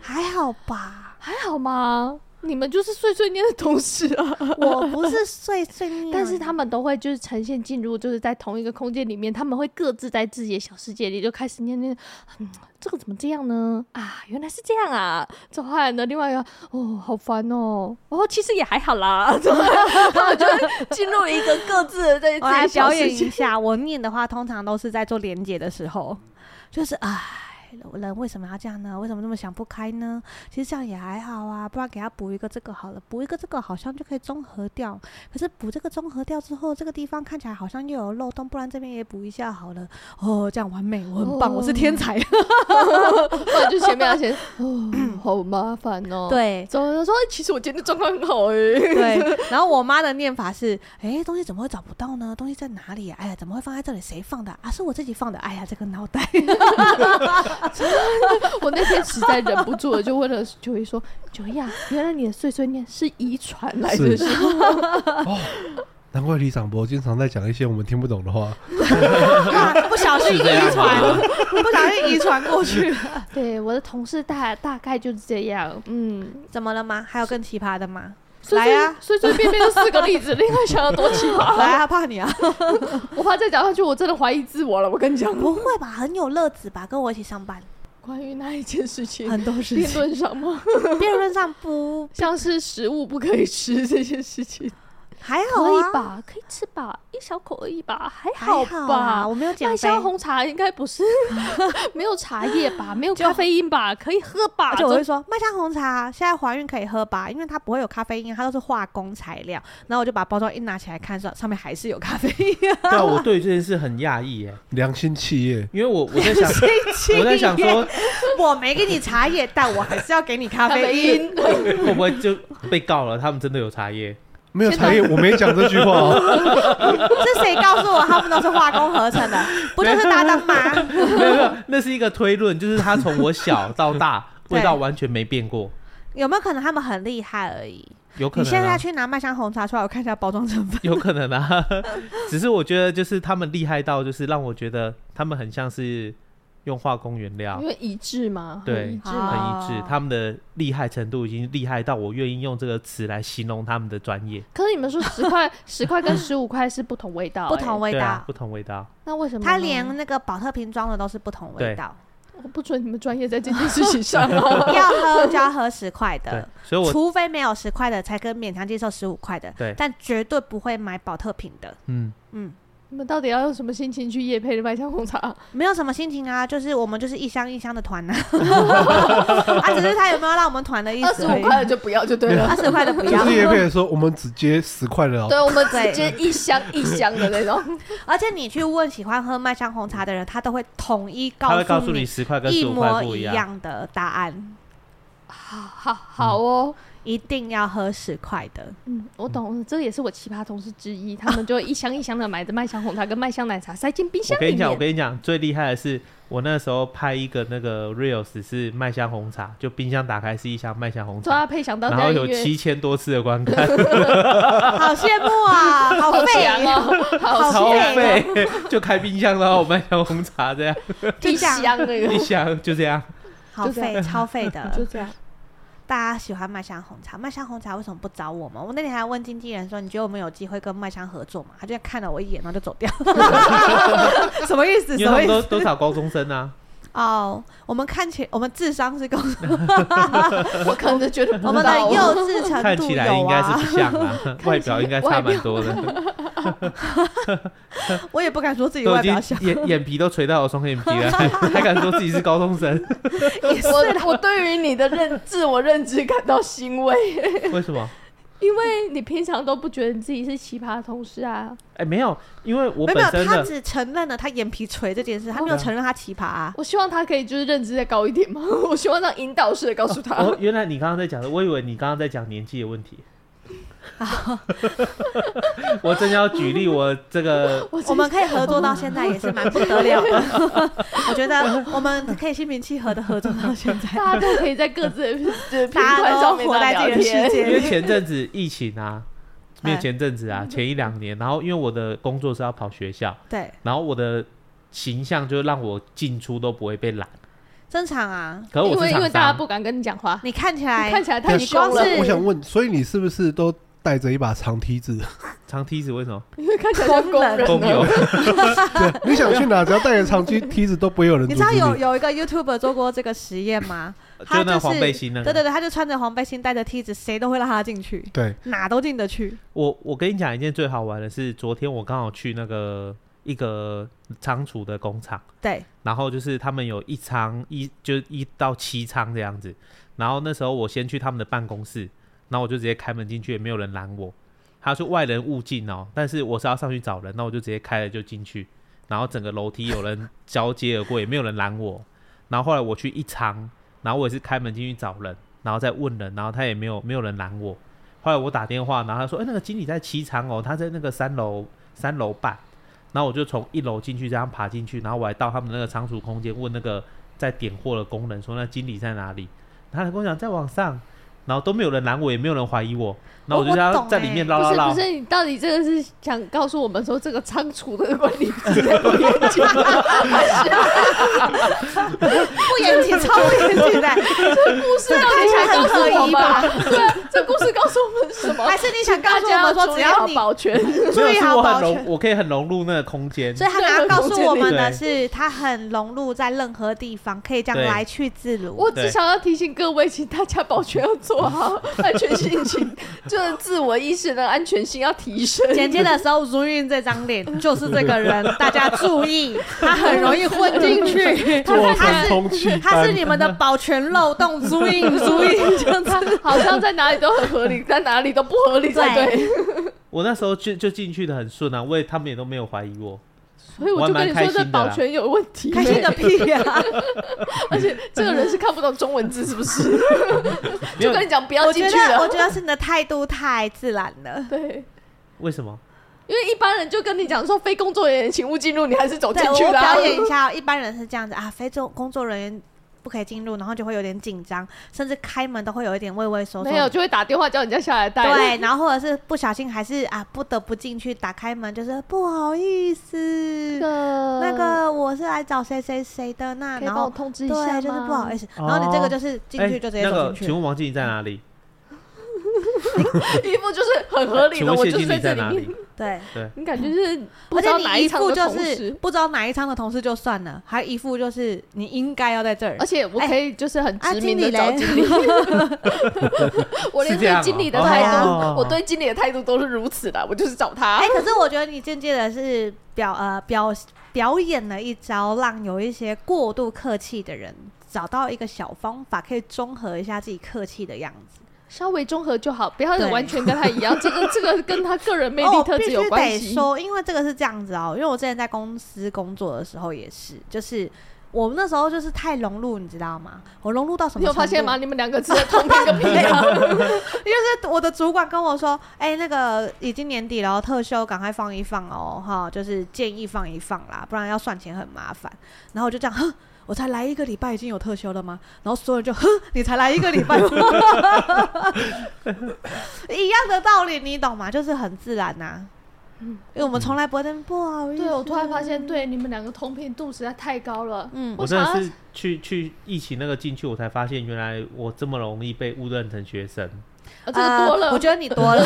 A: 还好吧，
B: 还好吗？你们就是碎碎念的同事啊，
A: 我不是碎碎 念，
B: 但 是他们都会就是呈现进入，就是在同一个空间里面，他们会各自在自己的小世界里就开始念念，嗯，这个怎么这样呢？啊，原来是这样啊！之后后来呢，另外一个哦，好烦哦，哦，其实也还好啦，之后 他们就会进入一个各自的在
A: 我来
B: 自己
A: 表
B: 的小世
A: 演一
B: 界。
A: 下，我念的话通常都是在做连接的时候，就是唉，人为什么要这样呢？为什么那么想不开呢？其实这样也还好啊，不然给他补一个这个好了，补一个这个好像就可以综合掉。可是补这个综合掉之后，这个地方看起来好像又有漏洞，不然这边也补一下好了。哦，这样完美，我很棒，我是天才。
B: 或者就前面要写，哦，好麻烦哦。，
A: 对
B: 走了说，哎其实我今天状况很好哎。
A: 对。然后我妈的念法是：哎，东西怎么会找不到呢？东西在哪里、啊？哎呀，怎么会放在这里？谁放的啊？是我自己放的。哎呀，这个脑袋。
B: 我那天实在忍不住了，就问了九一说：“九一啊，原来你的碎碎念是遗传来的
C: 是
B: 是
C: 哦，难怪李长博经常在讲一些我们听不懂的话。
A: 啊不小心
D: 是这
A: 遗
D: 样
A: 传，
D: 吗？
A: 不小心遗传过去。
B: 对，我的同事大大概就是这样，嗯，
A: 怎么了吗？还有更奇葩的吗？
B: 碎
A: 来呀
B: 碎碎便便就四个例子，另外想要多奇葩。
A: 来，他怕你啊？
B: 我怕再讲下去，我真的怀疑自我了。我跟 你讲，
A: 不会吧，很有乐子吧？跟我一起上班，
B: 关于那一件事情，
A: 很多事
B: 辩
A: 情。
B: 论 上吗？
A: 辩论上不
B: 像是食物不可以吃这件事情，
A: 还 好
B: 可
A: 啊，
B: 以吧？可以吃吧？一小口而已吧？还
A: 还好
B: 吧？
A: 啊我没有减
B: 麦
A: 肥，
B: 香红茶应该不是 没有茶叶吧，没有咖啡因吧，可以喝吧？
A: 而且我会
B: 这
A: 说麦香红茶现在怀孕可以喝吧，因为它不会有咖啡因，它都是化工材料。然后我就把包装一拿起来看，上上面还是有咖啡因、啊。
D: 对啊，我对于这件事很讶异耶，
C: 良心企业，
D: 因为我我 在想，我在想说，
A: 我没给你茶叶，但我还是要给你咖
B: 咖
A: 啡
B: 啡
A: 因。
B: 因，
D: 会不会就被告了？他们真的有茶叶？
C: 没有
B: 真的
C: 茶叶，我没讲这句话 哦。
A: 是谁告诉我他们都是化工合成的？不就是搭档吗？
D: 没有没有，那是一个推论，就是他从我小到大
A: 对
D: 味道完全没变过，
A: 有没有可能他们很厉害而已？
D: 有可
A: 你现
D: 能、
A: 在
D: 啊，
A: 去拿麦香红茶出来，我看一下包装成分。
D: 有可能啊。 只是我觉得就是他们厉害到，就是让我觉得他们很像是用化工原料
B: 因，为一致嘛，
D: 对
B: 很一致
D: 很
B: 嘛。
D: 一致
A: 嗯哦。
D: 他们的厉害程度已经厉害到我愿意用这个词来形容他们的专业，
B: 可是你们说十块、十块跟十五块是不同味道、
A: 不同
B: 味，
A: 味
D: 对
A: 道，
D: 啊，不同味道。
B: 那欸为什么呢？
A: 它连那个保特瓶装的都是不同味
D: 对
A: 道，
B: 我不准你们专业在这件事情上 哦。
A: 要喝就要喝十块
D: 对
A: 的。，
D: 所以我
A: 除非没有十块的，才跟勉强接受十五块的，
D: 对
A: 但绝对不会买保特瓶的。
D: 嗯，
A: 嗯，
B: 你们到底要用什么心情去夜配的麦香红茶？
A: 没有什么心情啊，就是我们就是一箱一箱的团呐、 啊，只是他有没有让我们团的意
B: 二
A: 思
B: 十
A: 而
B: 五
A: 已。
B: 块的就不要就对 了
A: 二。十块的不
C: 就
A: 要
C: 是，叶佩说，我们只接十块的哦。
B: 对，我们直接一箱一箱的那种，
A: 而且你去问喜欢喝麦香红茶的人，他都会统一
D: 他会
A: 告
D: 告
A: 诉
D: 诉你
A: 你
D: 十块跟
A: 一
D: 十五块
A: 模
D: 不
A: 一
D: 样。
A: 样的答案，
B: 好 好好哦，
A: 一定要喝十块的。
B: 嗯，我懂了，这也是我奇葩同事之一，他们就一箱一箱的买着麦香红茶跟麦香奶茶塞进冰
D: 我
B: 箱
D: 跟
B: 里
D: 你讲，我
B: 面。
D: 跟你讲，最厉害的是我那时候拍一个那个 reels 是麦香红茶，就冰箱打开是一箱麦香红
B: 说
D: 茶
B: 要，配想到这
D: 然后
B: 样
D: 有
B: 音乐，
D: 七千多次的观 看，
A: 好羡慕啊，好
B: 好
A: 废
B: 强哦，好
D: 超
A: 好哦
B: 强，
D: 费， 就开冰箱然后麦香红茶这样
A: 就
B: 一
A: 这样
B: 箱那
D: 一
B: 个，
D: 箱就这样，
A: 好
B: 就这样
A: 费，超费的
B: 。就这样。
A: 大家喜欢麦香红茶，麦香红茶为什么不找我们？我那天还问经纪人说：“你觉得我们有机会跟麦香合作吗？”他就看了我一眼，然后就走掉。 什么意思？
D: 因为
A: 什
D: 他
A: 么
D: 们
A: 意
D: 都
A: 思？
D: 都找高中 生啊，
A: 哦我们看起我们智商是够，
B: 我可能觉得不
A: 我们的
B: 到
A: 幼稚程
D: 看
A: 度
D: 起来应
A: 有
D: 该是
A: 啊，
D: 不像 啊，外表应该差蛮多的，
A: 我也不敢说自己
D: 都
A: 外
D: 已经
A: 表小，
D: 眼眼皮都垂到我双眼皮了，还还敢说自己是高中生？
A: 也是啦
B: 我我对于你的认自我认知感到欣慰，
D: 为什么？
B: 因为你平常都不觉得你自己是奇葩同事啊。
D: 哎，没有，因为我
A: 没
D: 本
A: 有没有，
D: 身
A: 他
D: 的
A: 只承认了他眼皮垂这件事，他没有
D: 哦
A: 承认他奇葩、啊。
B: 我希望他可以就是认知再高一点嘛， 我希望让引导式的告诉他。
D: 哦，原来你刚刚在讲的，我以为你刚刚在讲年纪的问题。 我正要举例，我这个
B: 我
A: 我们可以合作到现在也是蛮不得了的，我觉得我们可以心平气和的合作到现在。
B: 大家都可以在各 自的的平
A: 大
B: 台
A: 家
B: 上
A: 都
B: 面
A: 活在
B: 聊
A: 这个世
B: 天。
D: 因
A: 界
D: 为
A: 里。
D: 前阵子疫情啊，没有
B: 嗯
A: 哎
D: 前阵子啊，前一两年，然后因为我的工作是要跑学校，
A: 对，
D: 然后我的形象就让我进出都不会被拦。
A: 正常啊。
D: 可是
B: 因
D: 我
B: 为
D: 是
B: 因为
D: 厂
B: 大家
D: 商，
B: 不敢跟你讲话，
A: 你看起
B: 你
A: 来，
B: 看起来太
A: 你
B: 凶
A: 光
B: 了
A: 是，
C: 我想问，所以你是不是都带着一把长梯子？
D: 长梯子为 什么？
B: 因为看起来像工人
D: 工
B: 了
D: 友，
C: 对，你想去哪，只要带着长梯梯子，都不会有人
A: 你
C: 阻
A: 知道
C: 止
A: 有
C: 你。
A: 有一个 YouTuber 做过这个实验吗？他
D: 呃就
A: 就
D: 那
A: 是
D: 黄背心那
A: 对对
D: 个。
A: 对，他就穿着黄背心，带着梯子，谁都会让他进去，
C: 对，
A: 哪都进得去。
D: 我我跟你讲一件最好玩的是，昨天我刚好去那个一一个仓储的工厂，
A: 对，
D: 然后就是他们有一仓一就一到七仓这样子。然后那时候我先去他们的办公室，然后我就直接开门进去，也没有人拦我。他说外人勿进哦，但是我是要上去找人，那我就直接开了就进去。然后整个楼梯有人交接而过，也没有人拦我。然后后来我去一仓，然后我也是开门进去找人，然后再问人，然后他也没有没有人拦我。后来我打电话，然后他说：“哎、那个经理在七仓哦，他在那个三楼三楼半。”然后我就从一楼进去，这样爬进去，然后我还到他们那个仓储空间问那个在点货的工人说：“那经理在哪里？”他跟我讲在往上，然后都没有人拦我，也没有人怀疑我。然后我就
A: 我
D: 这样
A: 懂
D: 在
A: 欸
D: 里面唠
B: 不
D: 唠
B: 是
D: 唠
B: 不。是，你到底这个是想告诉我们说这个仓储的管理制度
A: 不严谨，超不严谨的，
B: 故事到底想告诉我们？对啊，这故事告诉我们什么？
A: 还是你想告诉我们说只
B: 大家
A: 要
B: 要
A: 你
B: 保全，
D: 没
A: 注
D: 有，
A: 意
D: 是
A: 好
D: 我
A: 保
D: 很
A: 全
D: 融，？我可以很融入那个空间。
A: 所以他刚刚告诉我们的
D: 对
A: 是，他很融入在任何地方，可以这样
D: 对
A: 来去自如。
B: 我只想要提醒各位，请大家保全要做好，安全性请就是自我意识的安全性要提升。
A: 剪接的时候，如韵这张脸 就是这个人，大家注意，他很容易混进 去。
C: 做
A: 他他
C: 成
A: 是
C: 空气
A: 他是
C: 班
A: 你们的保全漏洞，如韵如韵这样子。
B: 好像在哪里都很合理，在哪里都不合理才对。
D: 我那时候就就进去的很顺啊，我也他们也都没有怀疑我。
B: 所以我就跟你
D: 我还蛮开
B: 说，
D: 心的
B: 这
D: 啦
B: 保全有问题。
A: 开心个屁啊呀、
B: 而且 这个人是看不懂中文字，是不是？
D: 没
B: 就
D: 有
B: 跟你讲，不要
A: 我
B: 进
A: 觉
B: 去
A: 得，我
B: 了。
A: 觉得是你的态度太自然了。
B: 对，
D: 为什么？
B: 因为一般人就跟你讲说，非工作人员请勿进入，你还是走进
A: 对，
B: 去
A: 我
B: 啦
A: 表。演一下哦，一般人是这样子啊，非作工作人员不可以进入，然后就会有点紧张，甚至开门都会有一点畏畏缩缩。
B: 没有，就会打电话叫人家下来带。
A: 对，然后或者是不小心还是啊不得不进去打开门，就是不好意思，
B: 个
A: 那个我是来找谁谁谁的那，
B: 可以
A: 然
B: 帮我
A: 后
B: 通知一下吗？
A: 对，就是不好意思，
D: 哦
A: 然后你这个就是进去就直接
D: 哎那
A: 走
D: 个，
A: 进
D: 请
A: 去。
D: 问王经理在哪里？
B: 思， 一副就是很合理
D: 请
B: 的，
D: 问
B: 我
D: 谢
B: 就是
D: 经理
B: 在这
D: 在哪
B: 面
D: 里？。
A: 对，
B: 你感觉是不
A: 而
B: 知道
A: 且
B: 哪
A: 你一
B: 场
A: 副
B: 的
A: 就
B: 同
A: 是
B: 事，
A: 不知道哪一仓的同事就算了，还一副就是你应该要在这儿
B: 而。且我可以就是很
A: 啊，
B: 直
A: 经
B: 明
A: 理
B: 的找
A: 嘞，
B: 哎经 理，我连
D: 是这样
A: 啊
B: 对
D: 哦
B: 经理的态度，
D: 哦
B: 我对经理的态度都是如此的，我就是找他
A: 哎、。可是我觉得你间接的是表呃表表演了一招，让有一些过度客气的人找到一个小方法，可以中和一下自己客气的样子。
B: 稍微综合就好，不要
A: 对
B: 完全跟他一 样。这个这个跟他个人魅力
A: 哦
B: 特质有关
A: 必须得
B: 系。
A: 说，因为这个是这样子哦，因为我之前在公司工作的时候也是，就是我们那时候就是太融入，你知道吗？我融入到什
B: 你
A: 么
B: 有
A: 程度？
B: 发现吗？？你们两个只在同 频个屁 啊！
A: 就是我的主管跟我说，哎、那个已经年底了哦，特休赶快放一放哦，哈，就是建议放一放啦，不然要算钱很麻烦。然后我就这样，哼，我才来一个礼拜，已经有特休了吗？然后所有人就，哼，你才来一个礼拜， 一样的道理，你懂吗？就是很自然呐、啊因为我们从来不会在那边不好意思。
B: 对，我突然发现，，对你们两个同频度实在太高了。
A: 嗯，
D: 我
B: 我
D: 真的
B: 想要
D: 是去去疫情那个进去，我才发现原来我这么容易被误认成学生。
B: 啊这个多
A: 呃
B: 了，
A: 我觉得你多 了，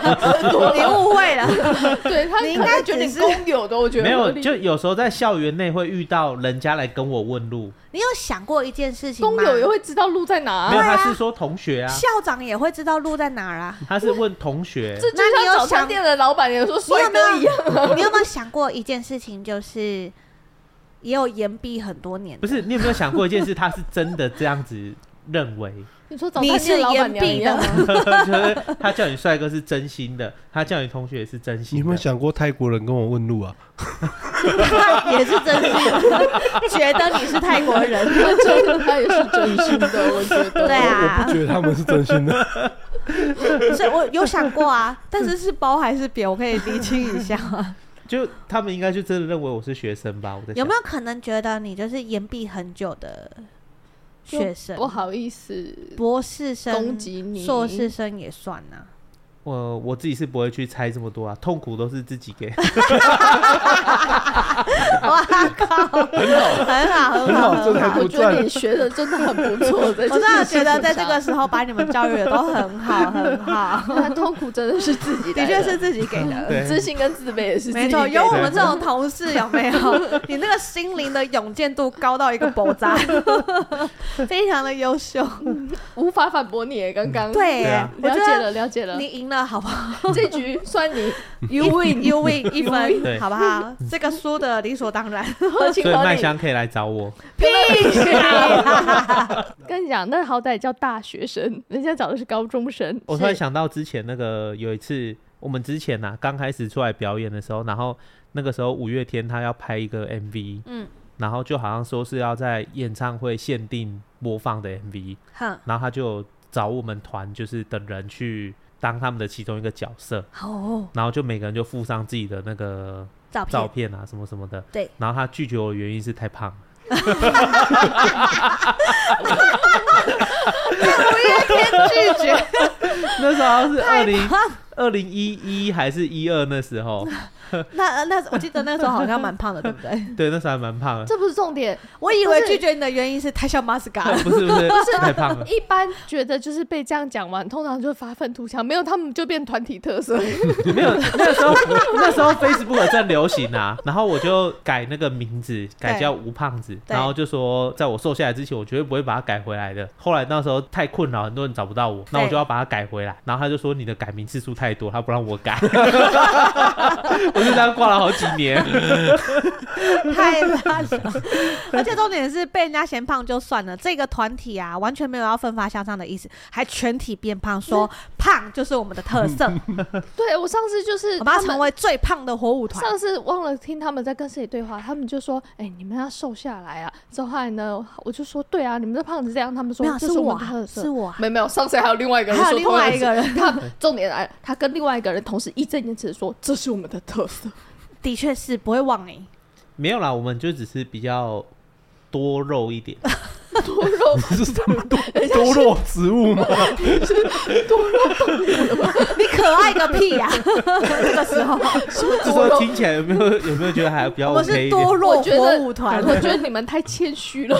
A: 你误会了。
B: 对他
A: 你应
B: 可能
A: 该
B: 觉得
A: 只
B: 你
A: 是
B: 公有的，我觉得
D: 没有，
B: 合理
D: 就有时候在校园内会遇到人家来跟我问路，
A: 你有想过一件事情
B: 工
A: 吗？
B: 友也会知道路在哪
D: 没有，
B: 啊。
D: 他是说同学啊，
A: 校长也会知道路在哪儿啊。
D: 他是问同学。
B: 这就
A: 那你有
B: 像早
A: 想
B: 餐店的老板也说帅哥一样，
A: 你有没有想过一件事情，就是也有延毕很多年的，
D: 不是你有没有想过一件事？他是真的这样子认为，
B: 你说早
A: 你
B: 餐
A: 是
B: 店老板
A: 延
B: 娘一
A: 毕的
B: 样
A: 吗，？
D: 就是他叫你帅哥是真心的，他叫你同学是真
C: 你
D: 心
C: 有没有
D: 的。
C: 想过泰国人跟我问路啊？
A: 他 也是真心的觉得你是泰国人。
B: 他真 的他也是真心的，我觉得。
A: 对
C: 我
A: 啊
C: 不，觉得他们是真心的。
A: 所以我有想过啊，但是是包还是扁，我可以厘清一下啊。
D: 就他们应该就真的认为我是学生吧？我在
A: 有
D: 想
A: 没有可能觉得你就是延毕很久的学生
B: 不，好意思，
A: 博士生
B: 攻、击你，
A: 硕士生也算啊呐、
D: 我我自己是不会去猜这么多啊，痛苦都是自己 给。
A: 哇靠，很好，很
C: 很
A: 好，
C: 好
A: 很好，
C: 这才
B: 我觉得你学的真的很不错，在
A: 我真的觉得在这个
B: 事
A: 时候把你们教育的都很好，很 好。
B: 情上，他痛苦真的是自己来
A: 的确是自己给 的。
D: 对
B: 自信跟自卑也是自己
A: 没错，
B: 给的
A: 有我们这种同事有没 有？你那个心灵的勇健度高到一个爆 炸，非常的优秀。嗯
B: 无法反驳你耶。刚刚
A: 对
D: 对
A: 耶
D: 啊，
A: 我
B: 了
A: 觉
B: 解
A: 得
B: 了，了解了
A: 你。赢了，好不 好
B: 这局算你
A: ？You win, you win，一
B: win
A: 分，
D: 对
A: 好不好？这个输的理 所当然。
B: 合情
D: 所以
B: 合
D: 麦
B: 理。
D: 香可以来找我。
A: 啊
B: 跟你讲，那好歹叫大学生，人家找的是高中生。
D: 我突然
B: 是
D: 想到之前那个有一次，我们之前呐、啊刚开始出来表演的时候，然后那个时候五月天他要拍一个 MV，
A: 嗯，
D: 然后就好像说是要在演唱会限定播放的 MV，
A: 哼，
D: 然后他就找我们团就是的人去当他们的其中一个角色，
A: 哦，
D: 然后就每个人就附上自己的那个
A: 照片
D: 照片啊什么什么的。
A: 对，
D: 然后他拒绝我的原因是太胖了。
A: 天 拒绝，
D: 那时候是二零二零一一还是一二那时候，
A: 那呃那我记得那时候好像蛮胖的，对不对？
D: 对，那时候还蛮胖的。
B: 这不是重点，
A: 我以为
B: 不是
A: 拒绝你的原因是太像马斯卡了。
D: 不是不是，
B: 不是
D: 太胖了。
B: 一般觉得就是被这样讲完，通常就发愤图强，没有他们就变团体特色。
D: 没有，那时候那时候 Facebook 正流行啊，然后我就改那个名字，改叫吴胖子，
A: 对
D: 然后就说在我瘦下来之前，我绝对不会把它改回来的。后来那时候太困扰，很多人找不到我，那我就要把它改回来。然后他就说你的改名次数太多，他不让我改， 我就这样挂了好几年。
A: 太烂了， 而且重点是被人家嫌胖就算了，这个团体啊完全没有要奋发向上的意思，还全体变胖，说
B: 嗯
A: 胖就是我们的特色，
B: 对我上次就是
A: 我们
B: 他
A: 要
B: 们
A: 成为最胖的火舞团。
B: 上次忘了听他们在跟谁对话，他们就说：“哎、你们要瘦下来啊！”之后后来呢，我就说：“对啊，你们这胖子这样。”他们说
A: 没：“有，
B: 这
A: 是
B: 我
A: 我
B: 们的
A: 啊
B: 特，色。
A: 是我啊，
B: 没有没有，上次还有另外一个人
A: 还有
B: 说
A: 另外一个人，
B: 同样的事，他重点来了，他跟另外一个人同时义正言辞地说：“这是我们的特色。
A: 的确是不会忘你。
D: 没有啦，我们就只是比较多肉 一点，
B: 多肉
C: 这是他们多
B: 哎
C: 多肉植物吗？
A: 你可爱个屁 呀、这个时候，
D: 这时候听起来有没有有没有觉得还比较
A: 我们是
D: OK 一点
A: 多？肉
B: 我觉
A: 火
B: 得，
A: 舞团，
B: 我觉得你们太谦虚了。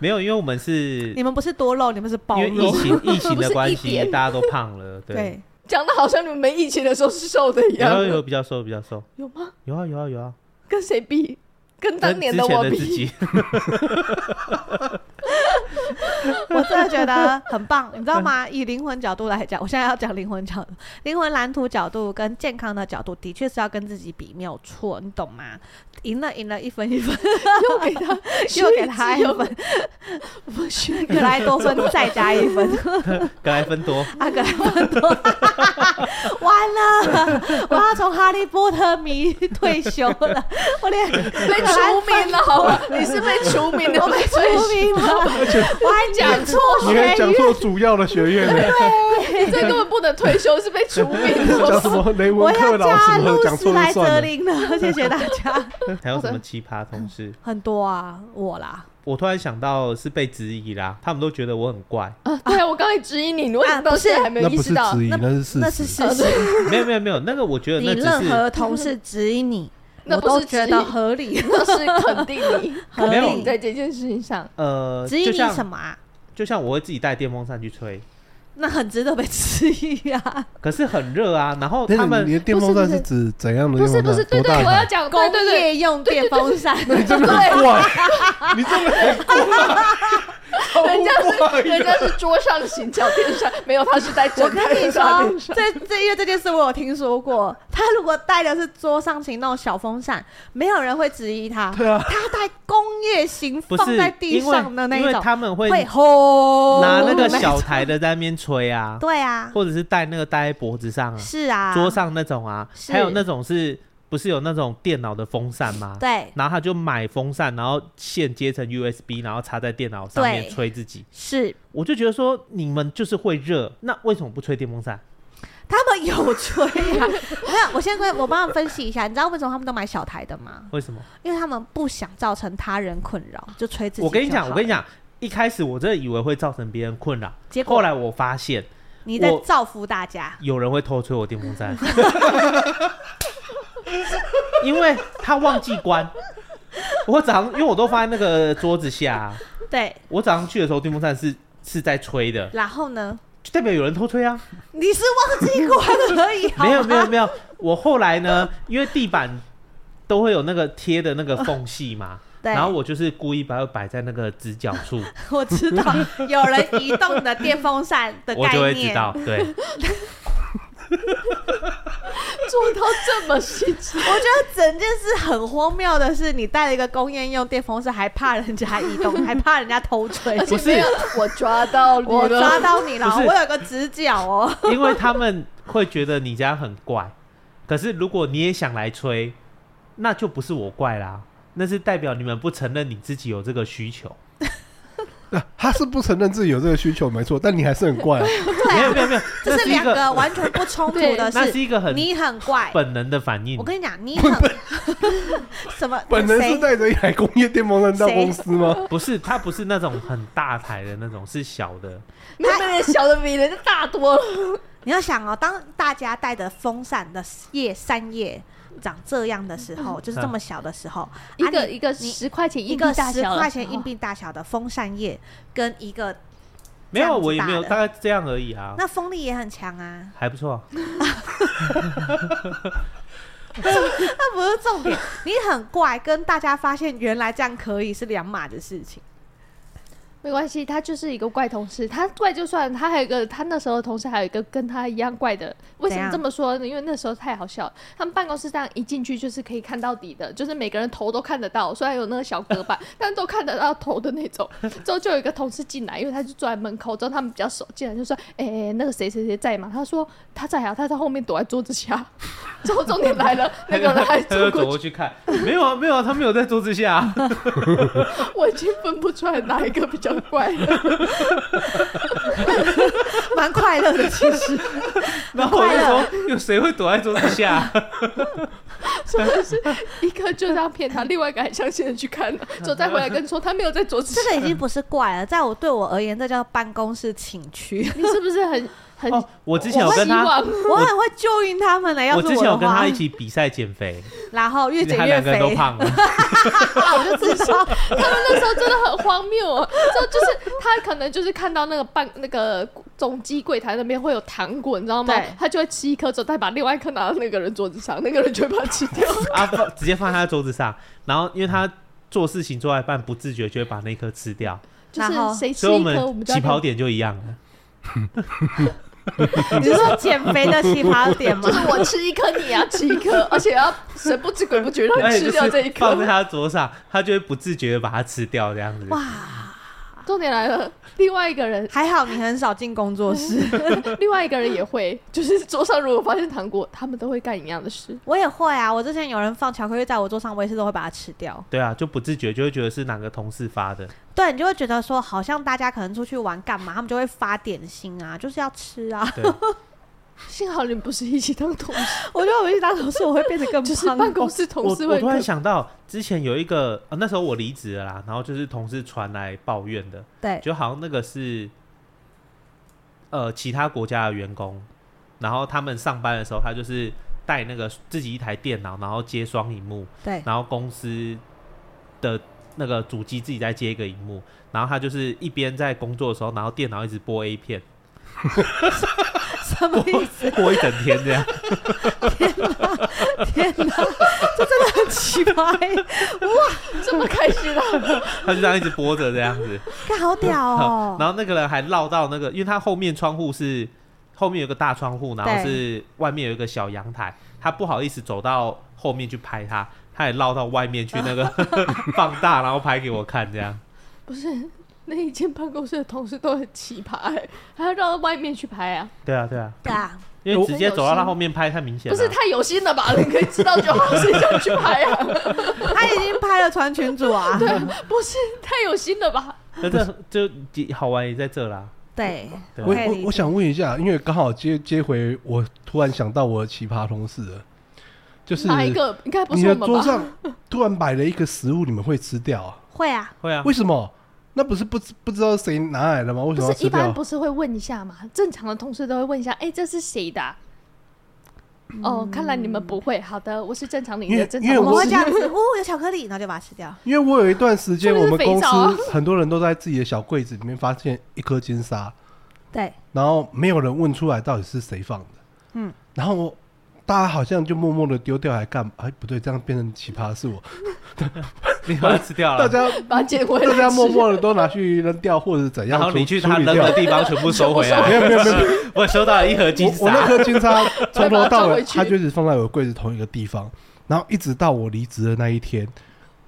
D: 没有，因为我们是
A: 你们不是多肉，你们是
D: 因
A: 包
D: 为疫
A: 肉。
D: 情疫情
B: 不是
D: 的
B: 一
D: 关系，
B: 点
D: 大家都胖了，对。
A: 对，
B: 讲的好像你们没疫情的时候是瘦的一
D: 有
B: 样。
A: 哎
D: 啊有比较瘦，比较瘦，
B: 有吗？
D: 有啊有啊有啊，
B: 跟谁比？跟
D: 跟
B: 当年
D: 之前
B: 我
D: 的自
B: 比？
D: 己，
A: 我真的觉得很棒，你知道 吗？以灵魂角度来讲，我现在要讲灵魂角度、灵魂蓝图角度跟健康的角度，的确是要跟自己比，没有错，你懂吗？赢了，赢了一分一分，，
B: 又给他
A: 又给他一
B: 又
A: 分，
B: 不许
A: 格莱多分再加一分，
D: 格莱芬多，
A: 阿格莱芬多，完了，我要从哈利波特迷退休 了，我连
B: 被除名了，好吧？你是被除名的，
A: 我 被除名了，我还讲 错
C: 你
A: 学
C: 还讲
A: 院，
C: 错主要的学院了，
B: 你这根本不能退休，是被除名的。
C: 讲什么雷
A: 我
C: 文
A: 要
C: 克劳什
A: 加
C: 么
A: 入
C: 的，讲
A: 斯
C: 错
A: 莱
C: 就
A: 哲
C: 算了。
A: 林了，谢谢大家，
D: 还有什么奇葩同事？
A: 很多啊，我啦，
D: 我突然想到是被质疑啦，他们都觉得我很 怪，
B: 啊对啊，我刚才质疑你，你为什么
A: 啊
B: 到
A: 不是
B: 现在还没有
C: 那
B: 意
C: 不
B: 识
C: 是
B: 到？
C: 质疑，那是
A: 那
C: 事
A: 是
C: 实。啊
A: 事实。
D: 没有没有没有，那个我觉得
A: 你
D: 那只
A: 任
D: 是
A: 何同事指引你，
B: 那
A: 我
B: 不
A: 都
B: 是
A: 觉
B: 质疑
A: 得合理，
B: 那是肯定你，
A: 合
D: 没
B: 肯
D: 有
B: 定你
A: 理。
B: 在这件事情上。
D: 呃，
A: 指引
D: 就
A: 你什
D: 像
A: 么啊？
D: 就像我会自己带电风扇去吹，
A: 那很值得被质疑 啊！
D: 可是很热啊，然后
C: 那
D: 他
C: 你
D: 们
C: 的电风扇
B: 不
C: 是
B: 是
C: 指怎样的
B: 不
C: 电风扇？
B: 是不是，对
C: 多
B: 对，
C: 大
B: 我要
C: 台？
B: 讲，
A: 工
B: 对对对，
A: 业用电风扇，
C: 你真的 很怪，啊你真的很怪，
B: 人家
C: 好怪
B: 是人家是桌上型脚垫扇，没有，他是在
A: 我
B: 整
A: 跟你
B: 台脚垫
A: 说，
B: 扇。
A: 这这因为这件事我有听说过，他如果带的是桌上型那种小风扇，没有人会质疑 他。
C: 对啊，
A: 他带工业型
D: 不
A: 放
D: 是
A: 在地
D: 因为
A: 上的那
D: 因
A: 一
D: 为
A: 种，
D: 他们会
A: 会吼
D: 拿那个
A: 种
D: 小台的在那边吹啊，
A: 对啊，
D: 或者是戴那个戴在脖子上啊，
A: 是啊，
D: 桌上那种啊，
A: 是
D: 还有那种是不是有那种电脑的风扇吗？
A: 对
D: 然后他就买风扇，然后线接成 USB，然后插在电脑上面
A: 对
D: 吹自己。
A: 是
D: 我就觉得说，你们就是会热，那为什么不吹电风扇？
A: 他们有吹 啊，没有，我先跟我帮他们分析一下，你知道为什么他们都买小台的吗？
D: 为什么？
A: 因为他们不想造成他人困扰，就吹自己。
D: 我跟你讲，我跟你
A: 你，
D: 讲，一开始我真的以为会造成别人困扰，
A: 结果
D: 后来我发现
A: 你在
D: 我
A: 造福大家。
D: 有人会偷吹我电风扇， 因为他忘记关。我早上因为我都放在那个桌子下啊、
A: 对，
D: 我早上去的时候电风扇是是在吹的，
A: 然后呢？
D: 就代表有人偷吹啊。
A: 你是忘 记关而已，好
D: 没有
A: 吗
D: 没有没有，我后来呢，因为地板都会有那个贴的那个缝隙嘛，
A: 对
D: 然后我就是故意把它摆在那个直角处，
A: 我知 道有人移动的电风扇的
D: 我就
A: 概
D: 会知
A: 念，
D: 道，对，
B: 做到这么细致，
A: 我觉得整件事很荒谬的是，你带了一个公宴用电风扇，还怕人家移动，还怕人家偷吹。
D: 不是
B: 我抓到你
A: 我抓到你了，
D: 不是
A: 我有个直角哦。
D: 因为他们会觉得你家很怪。可是如果你也想来吹，那就不是我怪啦，那是代表你们不承认你自己有这个需求。
C: 啊他是不承认自己有这个需求，没错，但你还是很怪啊。
A: 啊
D: 没有没有没有，
A: 这
D: 那
A: 是
D: 是一
A: 两个
D: 个
A: 完全不冲突的
D: 那是
A: 事。
D: 一个很
A: 你很怪，
D: 本能的反应
A: 我。跟你讲，你很 什么？
C: 本人是
A: 谁
C: 带着一台工业电风扇到公司吗？
D: 不是，它不是那种很大台的那种，是小的。
B: 那个人小的比人家大多了。
A: 你要想哦，当大家带着风扇的叶扇叶长这样的时候，就是这么小的时候，
B: 一
A: 啊
B: 个
A: 你
B: 嗯一个
A: 你
B: 十块钱
A: 一
B: 硬
A: 个
B: 币大
A: 十
B: 小了，
A: 块钱硬币大小的风扇叶，跟一个
D: 没有，
A: 这样子
D: 我也没有，
A: 大
D: 大
A: 的
D: 概这样而已啊，
A: 那风力也很强啊，
D: 还不错。
A: 那不是重点。你很怪，跟大家发现原来这样可以是两码的事 情。
B: 没关系，他就是一个怪同事，他怪就算，他还有一个，他那时候的同事还有一个跟他一样怪的。为什
A: 怎
B: 么
A: 样
B: 这么说呢？因为那时候太好笑了，他们办公室这样一进去就是可以看到底的，就是每个人头都看得到，虽然有那个小隔板， 但都看得到头的那种。之后就有一个同事进来，因为他就坐在门口，之后他们比较熟，进来就说：“哎、那个谁谁谁在吗？”他说：“他在啊，他在后面躲在桌子下。” 之后重点来了，那个人还
D: 他就
B: 走
D: 走
B: 过
D: 过
B: 去，
D: 去看，没有啊，没有啊，他没有在桌子下啊、
B: 我已经分不出来哪一个比较怪了。
A: 蛮快乐的，其实
D: 然后我就说，有谁会躲在桌子下 啊、
B: 真的是一个就这样骗他，另外一个还相信的去 看了，之后再回来跟说他没有在桌子
A: 这个
B: 上。
A: 已经不是怪了，在我对我而言，这叫办公室情趣。
B: 你是不是很很
D: 哦，我之前有跟
B: 希
D: 他，
B: 望？
A: 我很会救应他们的，要
D: 我
A: 是
D: 之前
A: 的
D: 有跟
A: 话
D: 他一，起比赛减肥，
A: 然后越
D: 其实
A: 减
D: 他
A: 越
D: 两个人
A: 肥，
D: 都 胖了。
A: 我就知 道。
B: 他们那时候真的很荒谬哦，就就是他可能就是看到那个办那个总机柜台那边会有糖果，你知道吗
A: 对？
B: 他就会吃一颗，之后再把另外一颗拿到那个人桌子上，那个人就会把它吃 掉。
D: 啊，放直接放在他的桌子上，然后因为他做事情做到一半不自觉就会把那颗吃掉，
B: 就是
A: 然后
B: 谁吃
D: 所以我
B: 一颗，我
D: 们
B: 们就要
D: 起跑点就一样 了。
A: 你是说减肥的奇葩点 吗
B: 就？是我吃一颗，你也要吃一颗，而且要神不知鬼不觉让
D: 而
B: 你
D: 且
B: 吃
D: 哎就
B: 掉这一
D: 是放在
B: 颗。
D: 他的桌上，他就会不自觉的把它吃掉这样子。
A: 哇，
B: 重点来了，另外一个人
A: 还好你很少进工作 室，
B: 另外一个人也会，就是桌上如果发现糖果，他们都会干一样的事。
A: 我也会啊。我之前有人放巧克力在我桌上，我也是都会把它吃掉。
D: 对啊，就不自觉就会觉得是哪个同事发的，
A: 对你就会觉得说，好像大家可能出去玩干嘛，他们就会发点心啊，就是要吃啊。
D: 对，
B: 幸好你不是一起当 同事，
A: 我觉得我一当同事，我会变得更
B: 就是
A: 胖。
B: 办公
C: 哦
B: 室同
D: 我
B: 事
D: 我
B: 会
D: 突然
B: 更。
D: 想到之前有一个，呃那时候我离职了啦，然后就是同事传来抱怨的，
A: 对，
D: 就好像那个是呃其他国家的员工，然后他们上班的时候，他就是带那个自己一台电脑，然后接双荧幕，
A: 对
D: 然后公司的那个主机自己再接一个荧幕，然后他就是一边在工作的时候，然后电脑一直播 A 片，
A: 什么意思？
D: 播一整天这样。
A: 天哪， 这真的很奇葩、欸，
B: 这么开心啊！
D: 他就这样一直播着这样子，
A: 看好屌哦、
D: 然后那个人还绕到那个，因为他后面窗户是后面有个大窗户，然后是外面有一个小阳台，他不好意思走到后面去拍他，他也绕到外面去那个放大，然后拍给我看这样。
B: 不是那一间办公室的同事都很奇葩、欸，还要绕到外面去拍啊！
D: 对啊，对啊，
A: 对啊，
D: 因为直接走到他后面拍太明显
B: 不
D: 了。啊
B: 是太有心了吧？你可以知道 就好，谁想去拍啊？
A: 他已经拍了传群主 啊。
B: 对，不是太有心了吧？
D: 那这就好玩也在这啦。
A: 对，
D: 对
C: 我
D: 啊
A: 可以理
C: 我
A: 解
C: 我想问一下，因为刚好接接回，我突然想到我的奇葩同事了，就是
B: 哪一个？应该不
C: 你
B: 是我
C: 的
B: 们
C: 桌
B: 吧？
C: 上突然摆了一个食物，你们会吃掉啊？
A: 会啊，
D: 会啊，
C: 为什么？那不是不知不知道谁拿来的吗？为什么要
B: 不是
C: 吃
B: 一般
C: 掉？
B: 不是会问一下吗？正常的同事都会问一下，哎、这是谁的啊、哦，看来你们不会。好的，我是正常领
C: 因
B: 的，
C: 为
B: 正
C: 因
B: 常
C: 为
A: 我
B: 领
A: 们
C: 我是
A: 会这样子，哦，有巧克力，然后就把它吃掉。
C: 因为我有一段时间，
B: 是
C: 我
B: 不
C: 们
B: 是
C: 公
B: 肥皂 啊
C: 司很多人都在自己的小柜子里面发现一颗金沙，
A: 对，
C: 然后没有人问出来到底是谁放的。
A: 嗯，
C: 然后大家好像就默默的丢掉，还干嘛？哎，不对，这样变成奇葩是我。
D: 你把它吃掉
C: 大
D: 了，
C: 家
B: 把它捡回来
C: 大
B: 吃。
C: 家默默的都拿去扔掉，或者怎样
D: 然
C: 处，
D: 后你去
C: 处
D: 他
C: 理
D: 扔
C: 掉
D: 的地方全部收回
C: 没
D: 来。
C: 有没有没有，
D: 我收到了一盒金
C: 我我那
D: 沙，
C: 颗金 沙从头到
B: 装
C: 尾，
B: 回去
C: 它就一直放在我的柜子同一个地方，然后一直到我离职的那一天，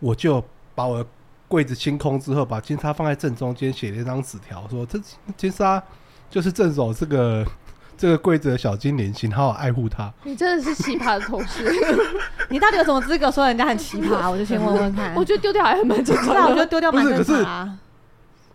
C: 我就把我的柜子清空之后，把金沙放在正中间，写了一张纸条，说这金沙就是镇守这个这个柜子的小精灵，请好好爱护它。
B: 你真的是奇葩的同 事，
A: 你到底有什么资格说人家很奇葩？我就先问 问看。
B: 我觉得丢掉还蛮正
A: 不然我就
B: 常的。
A: 丢掉蛮
C: 不是
A: 正
C: 可是
A: 常啊。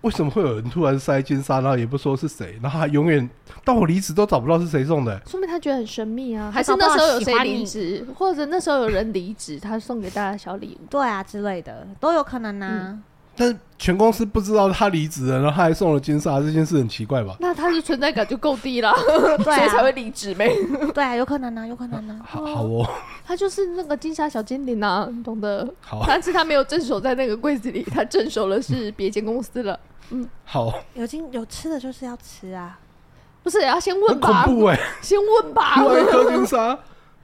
C: 为什么会有人突然塞金沙，然后也不说是谁，然后还永远到我离职都找不到是谁送的、
B: 说明他觉得很神秘啊，还
A: 他
B: 是
A: 搞不好
B: 那时候有
A: 喜
B: 谁
A: 欢
B: 离
A: 你
B: 职，或者那时候有人离职，他送给大家小礼物。
A: 对啊之类的都有可能啊呐。
C: 但是全公司不知道他离职了，然后他还送了金沙，这件事很奇怪吧？
B: 那他的存在感就够低 了，
A: 对
B: 所以才
A: 啊，
B: 会离职没？
C: 嗯
A: 对啊，有可能呐，有可能呐。
C: 好好哦，
B: 他就是那个金沙小精灵啊， 你懂得。
C: 好
B: 但是他没有镇守在那个柜子里，他镇守了是别间公司了。
C: 好，
A: 有经有吃的就是要吃啊。
B: 不是，要先
C: 很
B: 问
C: 恐
B: 吧，
C: 怖哎、
B: 先问吧
C: 突。然一颗金沙，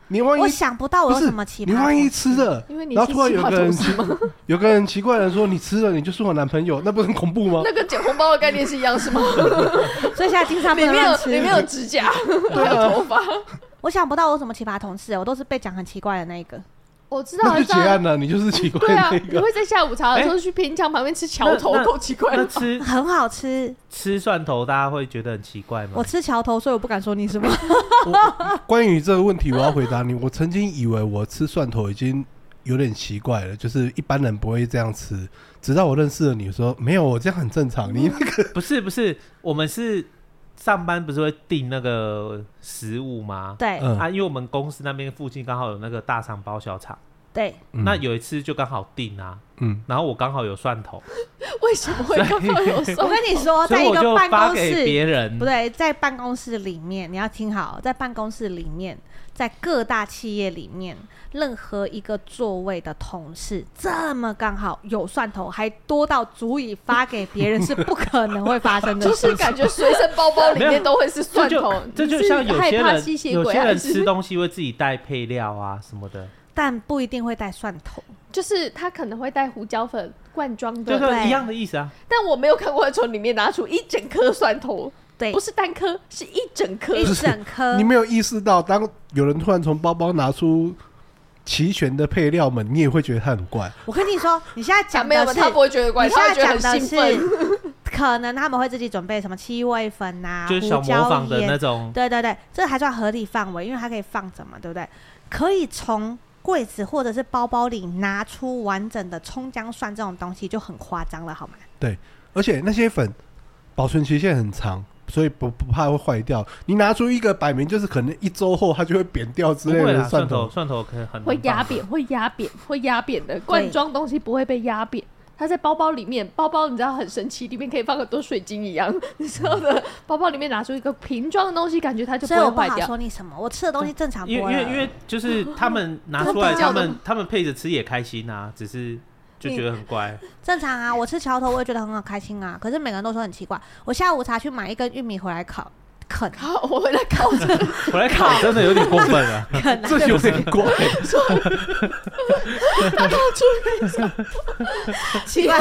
C: 你万一
A: 我想不到我有
C: 不是
A: 什么奇葩
C: 你
A: 同事。
C: 万一吃了，
B: 因为你
C: 然
B: 是
C: 后突然
B: 奇
C: 有
B: 葩
C: 个人
B: 同
C: 奇
B: 事吗？
C: 有个人奇怪的人说你吃了你就是我男朋友，那不是很恐怖吗？
B: 那跟捡红包的概念是一 样是吗？
A: 所以现在经常不
B: 里
C: 啊
A: 能
B: 面
A: 乱
B: 有
A: 吃。
B: 里面有指甲，
C: 对
B: 还有
C: 啊，
B: 头发。
A: 我想不到我有什么奇葩同事，欸我都是被讲很奇怪的那一个。
B: 我知道，
C: 那就结
B: 知道
C: 案。了，你就是奇怪
B: 对啊，
C: 那
B: 你
C: 个。哎
B: 会在下午茶的时候去平墙旁边吃桥头，
D: 那那
B: 够奇怪
D: 啊那
B: 了。
D: 吃
A: 很好吃，
D: 吃蒜头，大家会觉得很奇怪吗
A: 我？吃桥头，所以我不敢说你什么。
C: 我关于这个问题，我要回答你。我曾经以为我吃蒜头已经有点奇怪了，就是一般人不会这样吃，直到我认识了你说没有，我这样很正常。你那个
D: 不是不是，我们是上班不是会订那个食物吗？
A: 对
C: 嗯
D: 啊，因为我们公司那边附近刚好有那个大肠包小肠，
A: 对，
D: 那有一次就刚好订啊，
C: 嗯，
D: 然后我刚好有蒜头，
B: 为什么会刚好有
A: 我
B: 送？
A: 跟你说，
D: 所
A: 在
D: 以
A: 一
D: 我
A: 个
D: 就
A: 办
D: 发
A: 公
D: 给别
A: 室，
D: 人
A: 不。对，在办公室里面，你要听好，在办公室里面，在各大企业里面，任何一个座位的同事，这么刚好有蒜头，还多到足以发给别人，是不可能会发生的
B: 就
A: 事情。
B: 是感觉随身包包里
D: 没
B: 面
D: 有
B: 都会是蒜
D: 这就
B: 头，
D: 这
B: 你
D: 就是像有些
B: 害怕
D: 人
B: 吸血
D: 有
B: 鬼
D: 些
B: 还
D: 人
B: 是
D: 吃东西会自己带配料啊什么的，
A: 但不一定会带蒜头。
B: 就是他可能会带胡椒粉罐装的，
D: 就是
A: 对
D: 一样的意思啊。
B: 但我没有看过他从里面拿出一整颗蒜头，
A: 对，
B: 不是单颗，是一整颗。
A: 一整颗
C: 你，没有意识到，当有人突然从包包拿出齐全的配料们，你也会觉得他很怪。
A: 我跟你说，你现在
B: 讲
A: 讲
B: 没有
A: 的是
B: 他不会觉得怪，
A: 你现
B: 他会觉
A: 在
B: 得很
A: 讲的
B: 兴奋。
A: 是，可能他们会自己准备什么七味粉呐、
D: 就是
A: 胡
D: 小模
A: 椒
D: 仿的那
A: 盐，
D: 种，
A: 对对对，这还算合理范围，因为它可以放着嘛，对不对？可以从柜子或者是包包里拿出完整的葱姜蒜这种东西就很夸张了，好吗？
C: 而且那些粉保存期限很长，所以不不怕会坏掉。你拿出一个摆明就是可能一周后它就会扁掉之
D: 不
C: 类
D: 会
C: 的
D: 啦，蒜
C: 蒜
D: 头
C: 头，
D: 蒜头可以很
B: 会
D: 能
B: 压
D: 放
B: 扁，会压扁，会压扁的。罐装东西不会被压扁，它在包包里面，包包你知道很神奇，里面可以放很多水晶一样， 你知道的。包包里面拿出一个瓶装的东西，感觉它就不
A: 所以
B: 会
A: 我不
B: 坏
A: 好
B: 掉。
A: 说你什么，我吃的东西正常啊
D: 因
A: 多
D: 为因
A: 了。
D: 为因为就是 他们拿出来，
B: 真的
D: 他们他们配着吃也开心啊，只是就觉得很乖。
A: 正常啊，我吃桥头我也觉得很好开心啊，可是每个人都说很奇怪。我下午茶去买一根玉米回来烤啃，
B: 好， 我回来烤着，
D: 我来烤真的有点过分了，
C: 这有点怪。
A: 奇 怪，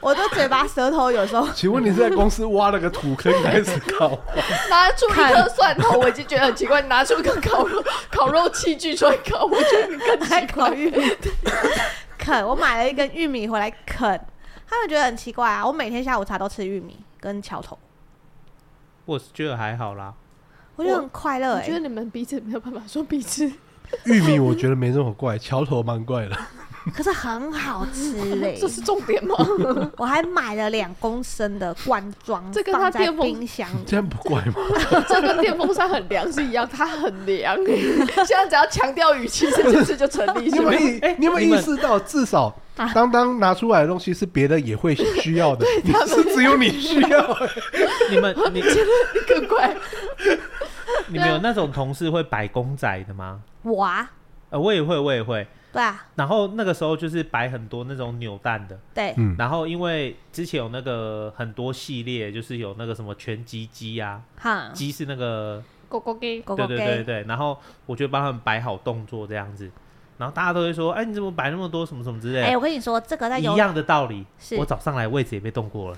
A: 我的嘴巴舌头有时候
C: 请问你是在公司挖了个土坑开始 烤？
B: 拿出一颗蒜头，我已经觉得很奇怪。拿出一个烤肉烤肉器具出来烤，我觉得 更
A: 还
B: 奇
A: 烤
B: 怪。
A: 玉米啃，我买了一根玉米回来啃，他们觉得很奇怪啊。我每天下午茶都吃玉米跟桥头，
D: 我是觉得还好啦。
A: 我觉得很快乐
B: 我
A: 哎、
B: 觉得你们彼此没有办法说彼此
C: 玉米我觉得没那么怪，桥头蛮怪的。
A: 可是很 好吃哎、
B: 这是重点吗？
A: 我还买了两公升的罐装，
B: 这跟
A: 放
B: 他
A: 在
B: 巅峰
A: 冰箱里。
C: 这样不怪吗？
B: 这跟电风扇很凉是一样，它很凉。 现在只要强调语气，这件事就成立，
C: 你
B: 是
C: 有
B: 吗
C: 没？有意
D: 哎
C: 你有没有意
D: 你们
C: 识到，至少
A: 啊
C: 当当拿出来的东西是别人也会需要的，你是只有你需 要。
D: 你们你
B: 更怪。
D: 你们有那种同事会摆公仔的吗？
A: 我啊，
D: 呃，我也会，我也会。
A: 对啊，
D: 然后那个时候就是摆很多那种扭蛋的，
A: 对，
C: 嗯，
D: 然后因为之前有那个很多系列，就是有那个什么拳击鸡啊，
A: 哈，
D: 鸡是那个
B: 狗狗给
A: 嗯狗狗
D: 对对对
A: 给
D: 对，然后我就帮他们摆好动作这样子，然后大家都会说，哎，你怎么摆那么多什么什么之类的。
A: 哎，我跟你说，这个在
D: 一
A: 游
D: 样的道理，
A: 是
D: 我早上来位置也被动过了。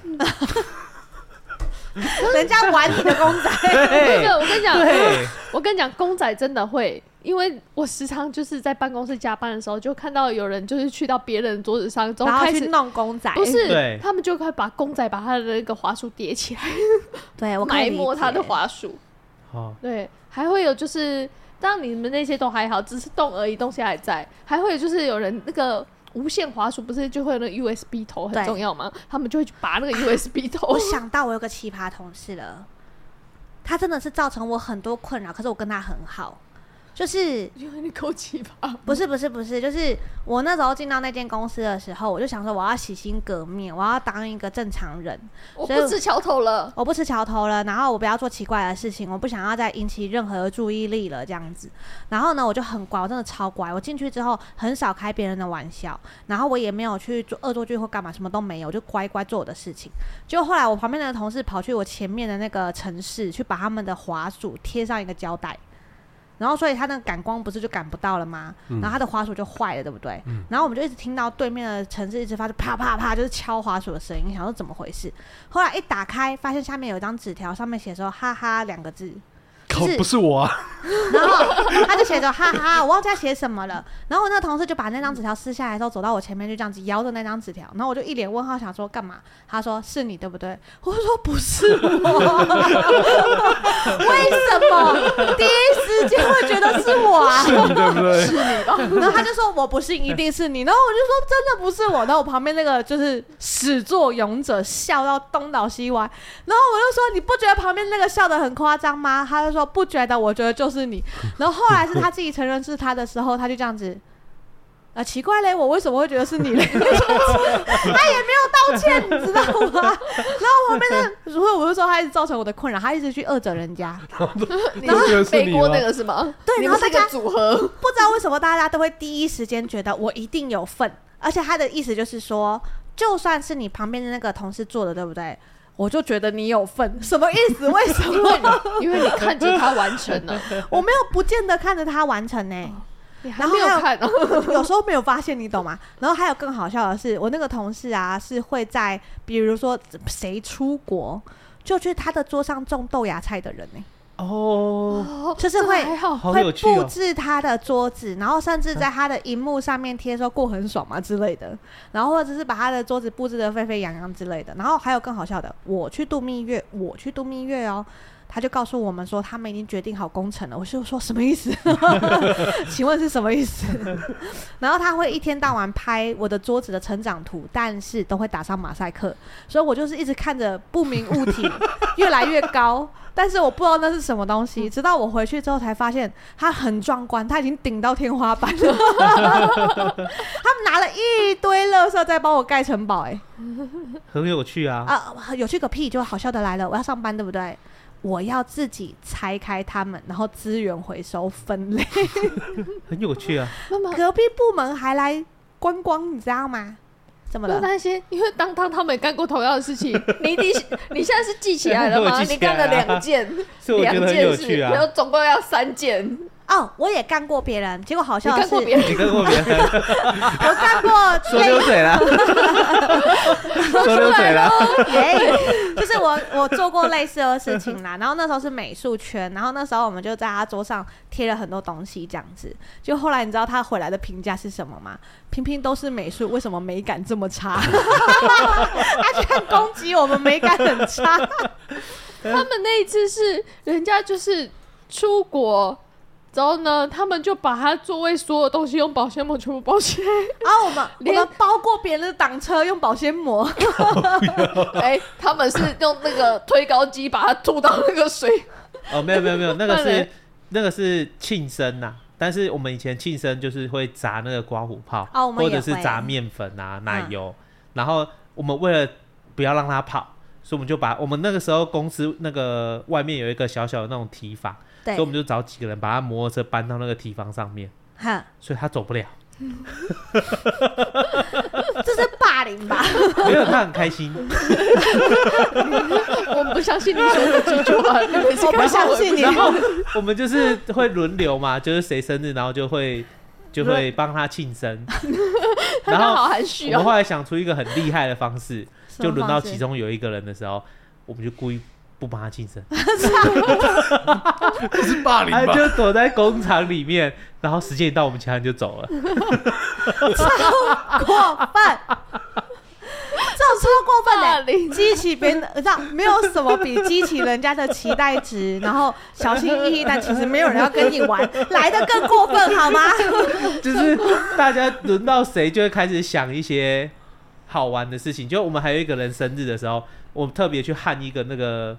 A: 人家玩你的公 仔，
B: 真
D: 对
B: 的，我跟你讲，
D: 对，
B: 我跟你讲，公仔真的会，因为我时常就是在办公室加班的时候，就看到有人就是去到别人的桌子上之后
A: 然后
B: 开
A: 去
B: 始。
A: 弄公仔，
B: 不是
D: 对，
B: 他们就快把公仔把他的那个滑鼠叠起来，
A: 对哎我可以
B: 埋
A: 理
B: 没他的
A: 解
B: 滑鼠。
D: 哦，
B: 对，还会有就是，当然你们那些都还好，只是动而已，东西还在。还会有就是有人那个无线滑鼠不是就会有那个 USB 头很
A: 对
B: 重要吗？他们就会去拔那 个 USB 头
A: 我。想到我有个奇葩同事了，他真的是造成我很多困扰，可是我跟他很好，就是
B: 因为你够奇葩，
A: 不是不是不是，就是我那时候进到那间公司的时候，我就想说我要洗心革面，我要当一个正常人，
B: 我
A: 所以
B: 不吃桥头了。
A: 我不吃桥头了，然后我不要做奇怪的事情，我不想要再引起任何的注意力了，这样子。然后呢，我就很乖，我真的超乖。我进去之后很少开别人的玩笑，然后我也没有去做恶作剧或干嘛，什么都没有，我就乖乖做我的事情。结果后来我旁边的同事跑去我前面的那个城市去把他们的滑鼠贴上一个胶带。然后，所以他那个感光不是就感不到了吗？然后他的滑鼠就坏了，对不对？然后我们就一直听到对面的城市一直发出啪啪啪，就是敲滑鼠的声音，想说怎么回事？后来一打开，发现下面有一张纸条，上面写说“哈哈”两个字，
C: 靠
A: 是，
C: 不是我啊，
A: 然后他就写着“哈哈”，我忘记他写什么了。然后我那个同事就把那张纸条撕下来之后，走到我前面就这样子摇着那张纸条，然后我就一脸问号，想说干嘛？他说是你对不对？我说不是我，为什么第一时间会觉得是我啊？
C: 是你对不 对？
A: 然后他就说我不信，一定是你。然后我就说真的不是我。然后我旁边那个就是始作俑者笑到东倒西歪。然后我就说你不觉得旁边那个笑得很夸张吗？他就说不觉得，我觉得就是你。然后后来是他自己承认是他的时候，他就这样子。啊，奇怪嘞，我为什么会觉得是你嘞？他也没有道歉，你知道吗？然后旁边的，所以我就说他一直造成我的困扰，他一直去恶整人家。
B: 你
C: 都觉得
B: 是
C: 是你
B: 背锅
C: 吗
B: 那个是吗？
A: 对
B: 你
A: 然后
B: 们是一
A: 大家
B: 个组 合。
A: 不知道为什么大家都会第一时间觉得我一定有份，而且他的意思就是说，就算是你旁边的那个同事做的，对不对？我就觉得你有份，什么意思？为什
B: 因为
A: 么？
B: 你因为你看着他完成 了，
A: 我没有不见得看着他完成呢、
B: 你还
A: 然后
B: 没有
A: 还有
B: 看哦。
A: 有时候没有发现，你懂吗？然后还有更好笑的是，我那个同事啊，是会在比如说谁出国，就去他的桌上种豆芽菜的人呢、
D: 哦，
B: 哦
A: 就是
B: 这个
A: 会
B: 还好，
D: 好
A: 会
D: 有趣
A: 布
D: 哦，
A: 置他的桌子，然后甚至在他的荧幕上面贴说“过很爽”嘛啊之类的，然后或者是把他的桌子布置的沸沸扬扬之类的。然后还有更好笑的，我去度蜜月，我去度蜜月哦。他就告诉我们说，他们已经决定好工程了。我就说什么意思？ 请问是什么意思？ 然后他会一天到晚拍我的桌子的成长图，但是都会打上马赛克，所以我就是一直看着不明物体越来越高，但是我不知道那是什么东
B: 嗯
A: 西，直到我回去之后才发现它很壮观，它已经顶到天花板 了。他们拿了一堆垃圾在帮我盖城堡、欸，
D: 很有趣啊。
A: 哎啊，有趣个屁！就好笑的来了，我要上班，对不对？我要自己拆开它们，然后资源回收分 类。
D: 很有趣啊，
B: 妈妈
A: 隔壁部门还来观光，你知道吗？怎么
B: 不用
A: 了？
B: 担心，因为当当他们也干过同样的事 情，你一定是你现在是记起来了
D: 我
B: 吗？
D: 记起
B: 你干
D: 来
B: 了
D: 了啊
B: 两件，
D: 所以我觉
B: 两
D: 得很
B: 件
D: 有
B: 事，
D: 趣啊
B: 然。后总共要三件，你
A: 哦，我也干过别人，结果好笑的
B: 干
A: 是，
B: 过别人
D: 你跟过别人
A: 我干过
D: 说溜嘴 了，说溜嘴了，
A: 耶， 就是我我做过类似的事情啦。然后那时候是美术圈，然后那时候我们就在他桌上贴了很多东西，这样子。就后来你知道他回来的评价是什么吗？平平都是美术，为什么美感这么差？ 他居然攻击我们美感很 差，
D: 啊
B: 他们那一次是人家就是出国。然后呢，他们就把他座位所有东西用保鲜膜全部包起来。
A: 然后我们我们包过别人的挡车用保鲜膜，
B: 哎，他们是用那个推高机把它吐到那个 水。
D: 哦，没有没有 没有，那个
B: 不然
D: 是
B: 嘞
D: 那个是庆生呐、但是我们以前庆生就是会炸那个刮胡泡，
A: 哦我们
D: 或
A: 也嗯
D: 者是炸面粉啊、奶油，然后我们为了不要让它跑，所以我们就把我们那个时候公司那个外面有一个小小的那种提防，所
A: 对
D: 以我，们就找几个人把它摩托车搬到那个提防上面，
A: 哈，
D: 所以它走 不了。
A: 这是霸凌 吧？
D: 没有，它很开心。
B: 我不相信你 说的这句话，你每次
A: 我不
B: 看到
A: 相
B: 我
A: 信你
D: 然后我们就是会轮流嘛，就是谁生日，然后就会就会帮他庆 生。
B: 他
D: 然
B: 刚好
D: 后
B: 含
D: 我
B: 蓄
D: 们
B: 哦。
D: 后来想出一个很厉害的 方式，
A: 什么
D: 就轮到
A: 方式
D: 其中有一个人的时候，我们就故意不帮他 庆生，
C: 这是霸凌
D: 他
C: 吧？
D: 就躲在工厂里面，然后时间一到，我们其他人就走了。
A: 过分，这种超过 分
B: 霸
A: 的、
B: 凌
A: 激起别人的，你知道没有什么比激起人家的期待值，然后小心翼翼，但其实没有人要跟你 玩，来的更过分好吗？
D: 就是大家轮到谁就会开始想一些好玩的事情。就我们还有一个人生日的时候，我们特别去焊一个那个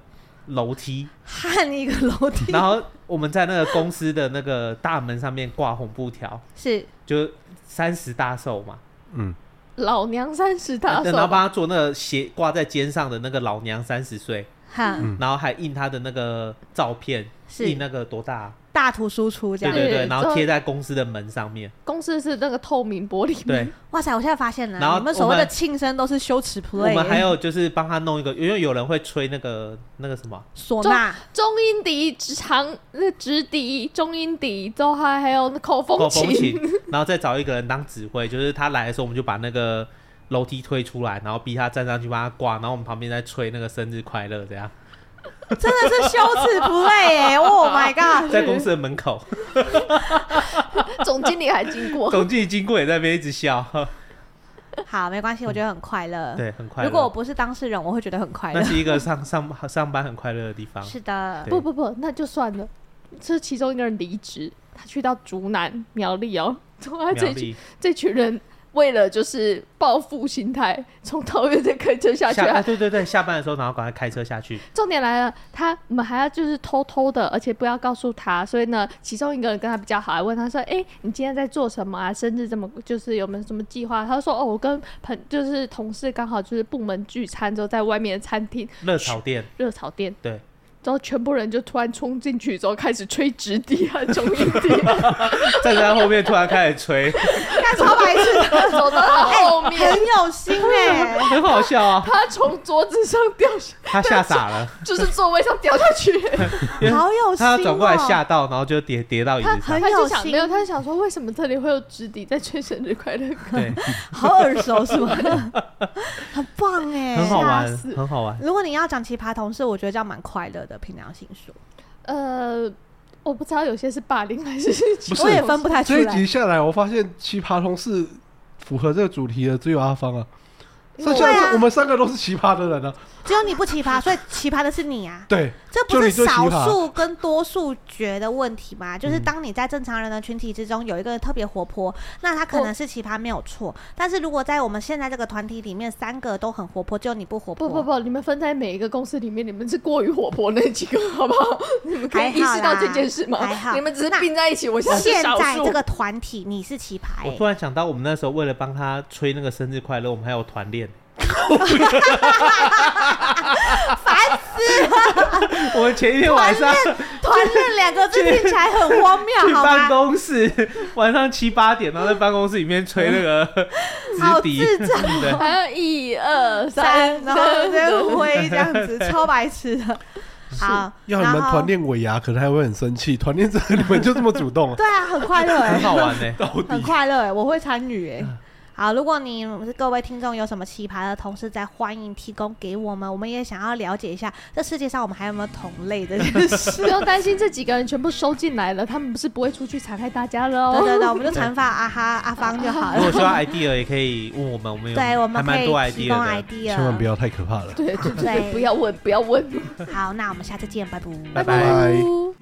D: 楼梯，
A: 焊一个楼梯
D: 然后我们在那个公司的那个大门上面挂红布条，
A: 是
D: 就三十大寿嘛，
C: 嗯，
B: 老娘三十大寿
D: 然后帮他做那个斜挂在肩上的那个老娘三十岁，
A: 哈
C: 嗯
D: 然后还印他的那个照片，
A: 是
D: 印那个多大啊、
A: 大图输出这
D: 对
A: 样。
D: 对对，
B: 嗯
D: 然后贴在公司的门上面，
B: 公司是那个透明玻
A: 嗯
B: 璃门，
D: 对。
A: 哇塞，我现在发现了，
D: 然后
A: 你们所谓
D: 我
A: 的
D: 们
A: 庆生都是羞耻 play，
D: 我们还有就是帮他弄一个，因为有人会吹那个那个 什么，
A: 唢呐，
B: 中音笛、直长、那直笛、中音笛，之后还还有那口
D: 口
B: 风
D: 风
B: 琴
D: 琴，然后再找一个人当指挥，就是他来的时候，我们就把那个楼梯推出来，然后逼他站上去帮他挂，然后我们旁边再吹那个生日快乐， 这样
A: 真的是羞耻 play 哎、o h my god！
D: 在公司的门口，
B: 总经理还经 过。
D: 总经理经过也在那边一直笑，
A: 好，没关系，我觉得很快乐。
D: 对，很快
A: 嗯
D: 乐。
A: 如果我不是当事人，我会觉得很快乐
D: 那。是一个上上上班很快乐的地方，
A: 是的，
D: 对
B: 不不不，那就算了。这其中一个人离职，他去到竹南苗栗哦， 从他
D: 苗
B: 这群
D: 栗
B: 这群人为了就是报复心态，从桃园再开车下去、
D: 下啊
B: 啊。
D: 对对对，下班的时候然后赶快开车下去，
B: 重点来了，他我们还要就是偷偷的，而且不要告诉他。所以呢，其中一个人跟他比较好，还问他说：“哎、你今天在做什么啊？生日这么就是有没有什么计划？”他说：“哦，我跟朋就是同事刚好就是部门聚餐之后，在外面的餐厅
D: 热炒店
B: 热炒店
D: 对。
B: 之后全部人就突然冲进去，之后开始吹直笛啊、中音笛啊，
D: 站在后面突然开始吹，
A: 干超白痴 的，
B: 啊走到他后面，
A: 很有心哎、
D: 很好笑啊！
B: 他从桌子上掉下，
D: 他吓傻了，
B: 就是座位上掉下去。
A: 好有心、
D: 他
A: 哦。
D: 转过来吓到，然后就跌跌到椅
B: 他
D: 子
B: 他
A: 很
D: 上。
A: 有
B: 就想
A: 心
B: 没有，他就想说为什么这里会有直笛在吹生日快乐歌？
D: 对，
A: 好耳熟是吗？很棒哎、
D: 很好
B: 吓
D: 玩，
B: 死
D: 很好玩。
A: 如果你要讲奇葩同事，我觉得这样蛮快乐的。凭良心说，
B: 呃，我不知道有些是霸凌还是
C: 不是
A: 我也分不太出
C: 这一集
A: 来。
C: 下来，我发现奇葩同事符合这个主题的只有阿芳啊。
B: 因为
C: 剩
B: 我
C: 下
A: 对
C: 的
A: 啊
C: 是我们三个都是奇葩的人啊。
A: 只有你不奇葩，所以奇葩的是你啊。
C: 对，
A: 这不是
C: 就你最奇
A: 少
C: 葩
A: 数跟多数决的问题吗？就是当你在正常人的群体之中有一个人特别活泼，那他可能是奇葩没有错。但是如果在我们现在这个团体里面，三个都很活泼，只有你不活泼，
B: 不不不，你们分在每一个公司里面，你们是过于活泼那几个，好不好？你们可以
A: 还好
B: 意识到
A: 啦
B: 这件事吗
A: 还？好
B: 你们只是
A: 那
B: 并在一起，我现在是
A: 现
B: 少
A: 在
B: 数
A: 这。个团体你是奇葩、
D: 我
A: 欸
D: 突，然想到，我们那时候为了帮他吹那个生日快乐，我们还有团练。烦死了！我们前一天晚上
A: 团练两个字
D: 去
A: 听起来很荒
D: 去
A: 谬，好
D: 办
A: 吗？
D: 公室， 晚上七八点，然后在办公室里面吹那个
A: 好
D: 直笛，
A: 智障哦
D: 对，
B: 还有一二
A: 三，然
B: 三，
A: 后在挥这样 子，超白痴的。好，
C: 要你们
A: 然后
C: 团，练尾牙，可能还会很生气。团练这个你们就这么主动啊？
A: 对啊，很快乐哎、
D: 很好玩呢、欸
C: 到
A: 很
C: 底
A: 快乐哎、我会参与哎。
C: 嗯
A: 好，如果你各位听众有什么奇葩的同事在，欢迎提供给我们，我们也想要了解一下这世界上我们还有没有同类的件 事。
B: 不用担心，这几个人全部收进来了，他们不是不会出去残害大家了
A: 对
B: 哦。
A: 对对，我们就惩罚阿哈阿芳就好
D: 如果
A: 了。
D: 需要 idea 也可以问我们，我们有
A: 对，我
D: 还
A: 们可
D: 蛮多
A: 以提
D: idea
A: 供
D: 的。
A: idea。
C: 千万不要太可怕了。
B: 对对对，
A: 啊对
B: 不要问，不要问，
A: 好，那我们下次见，拜拜。
C: 拜
B: 拜
D: 拜
B: 拜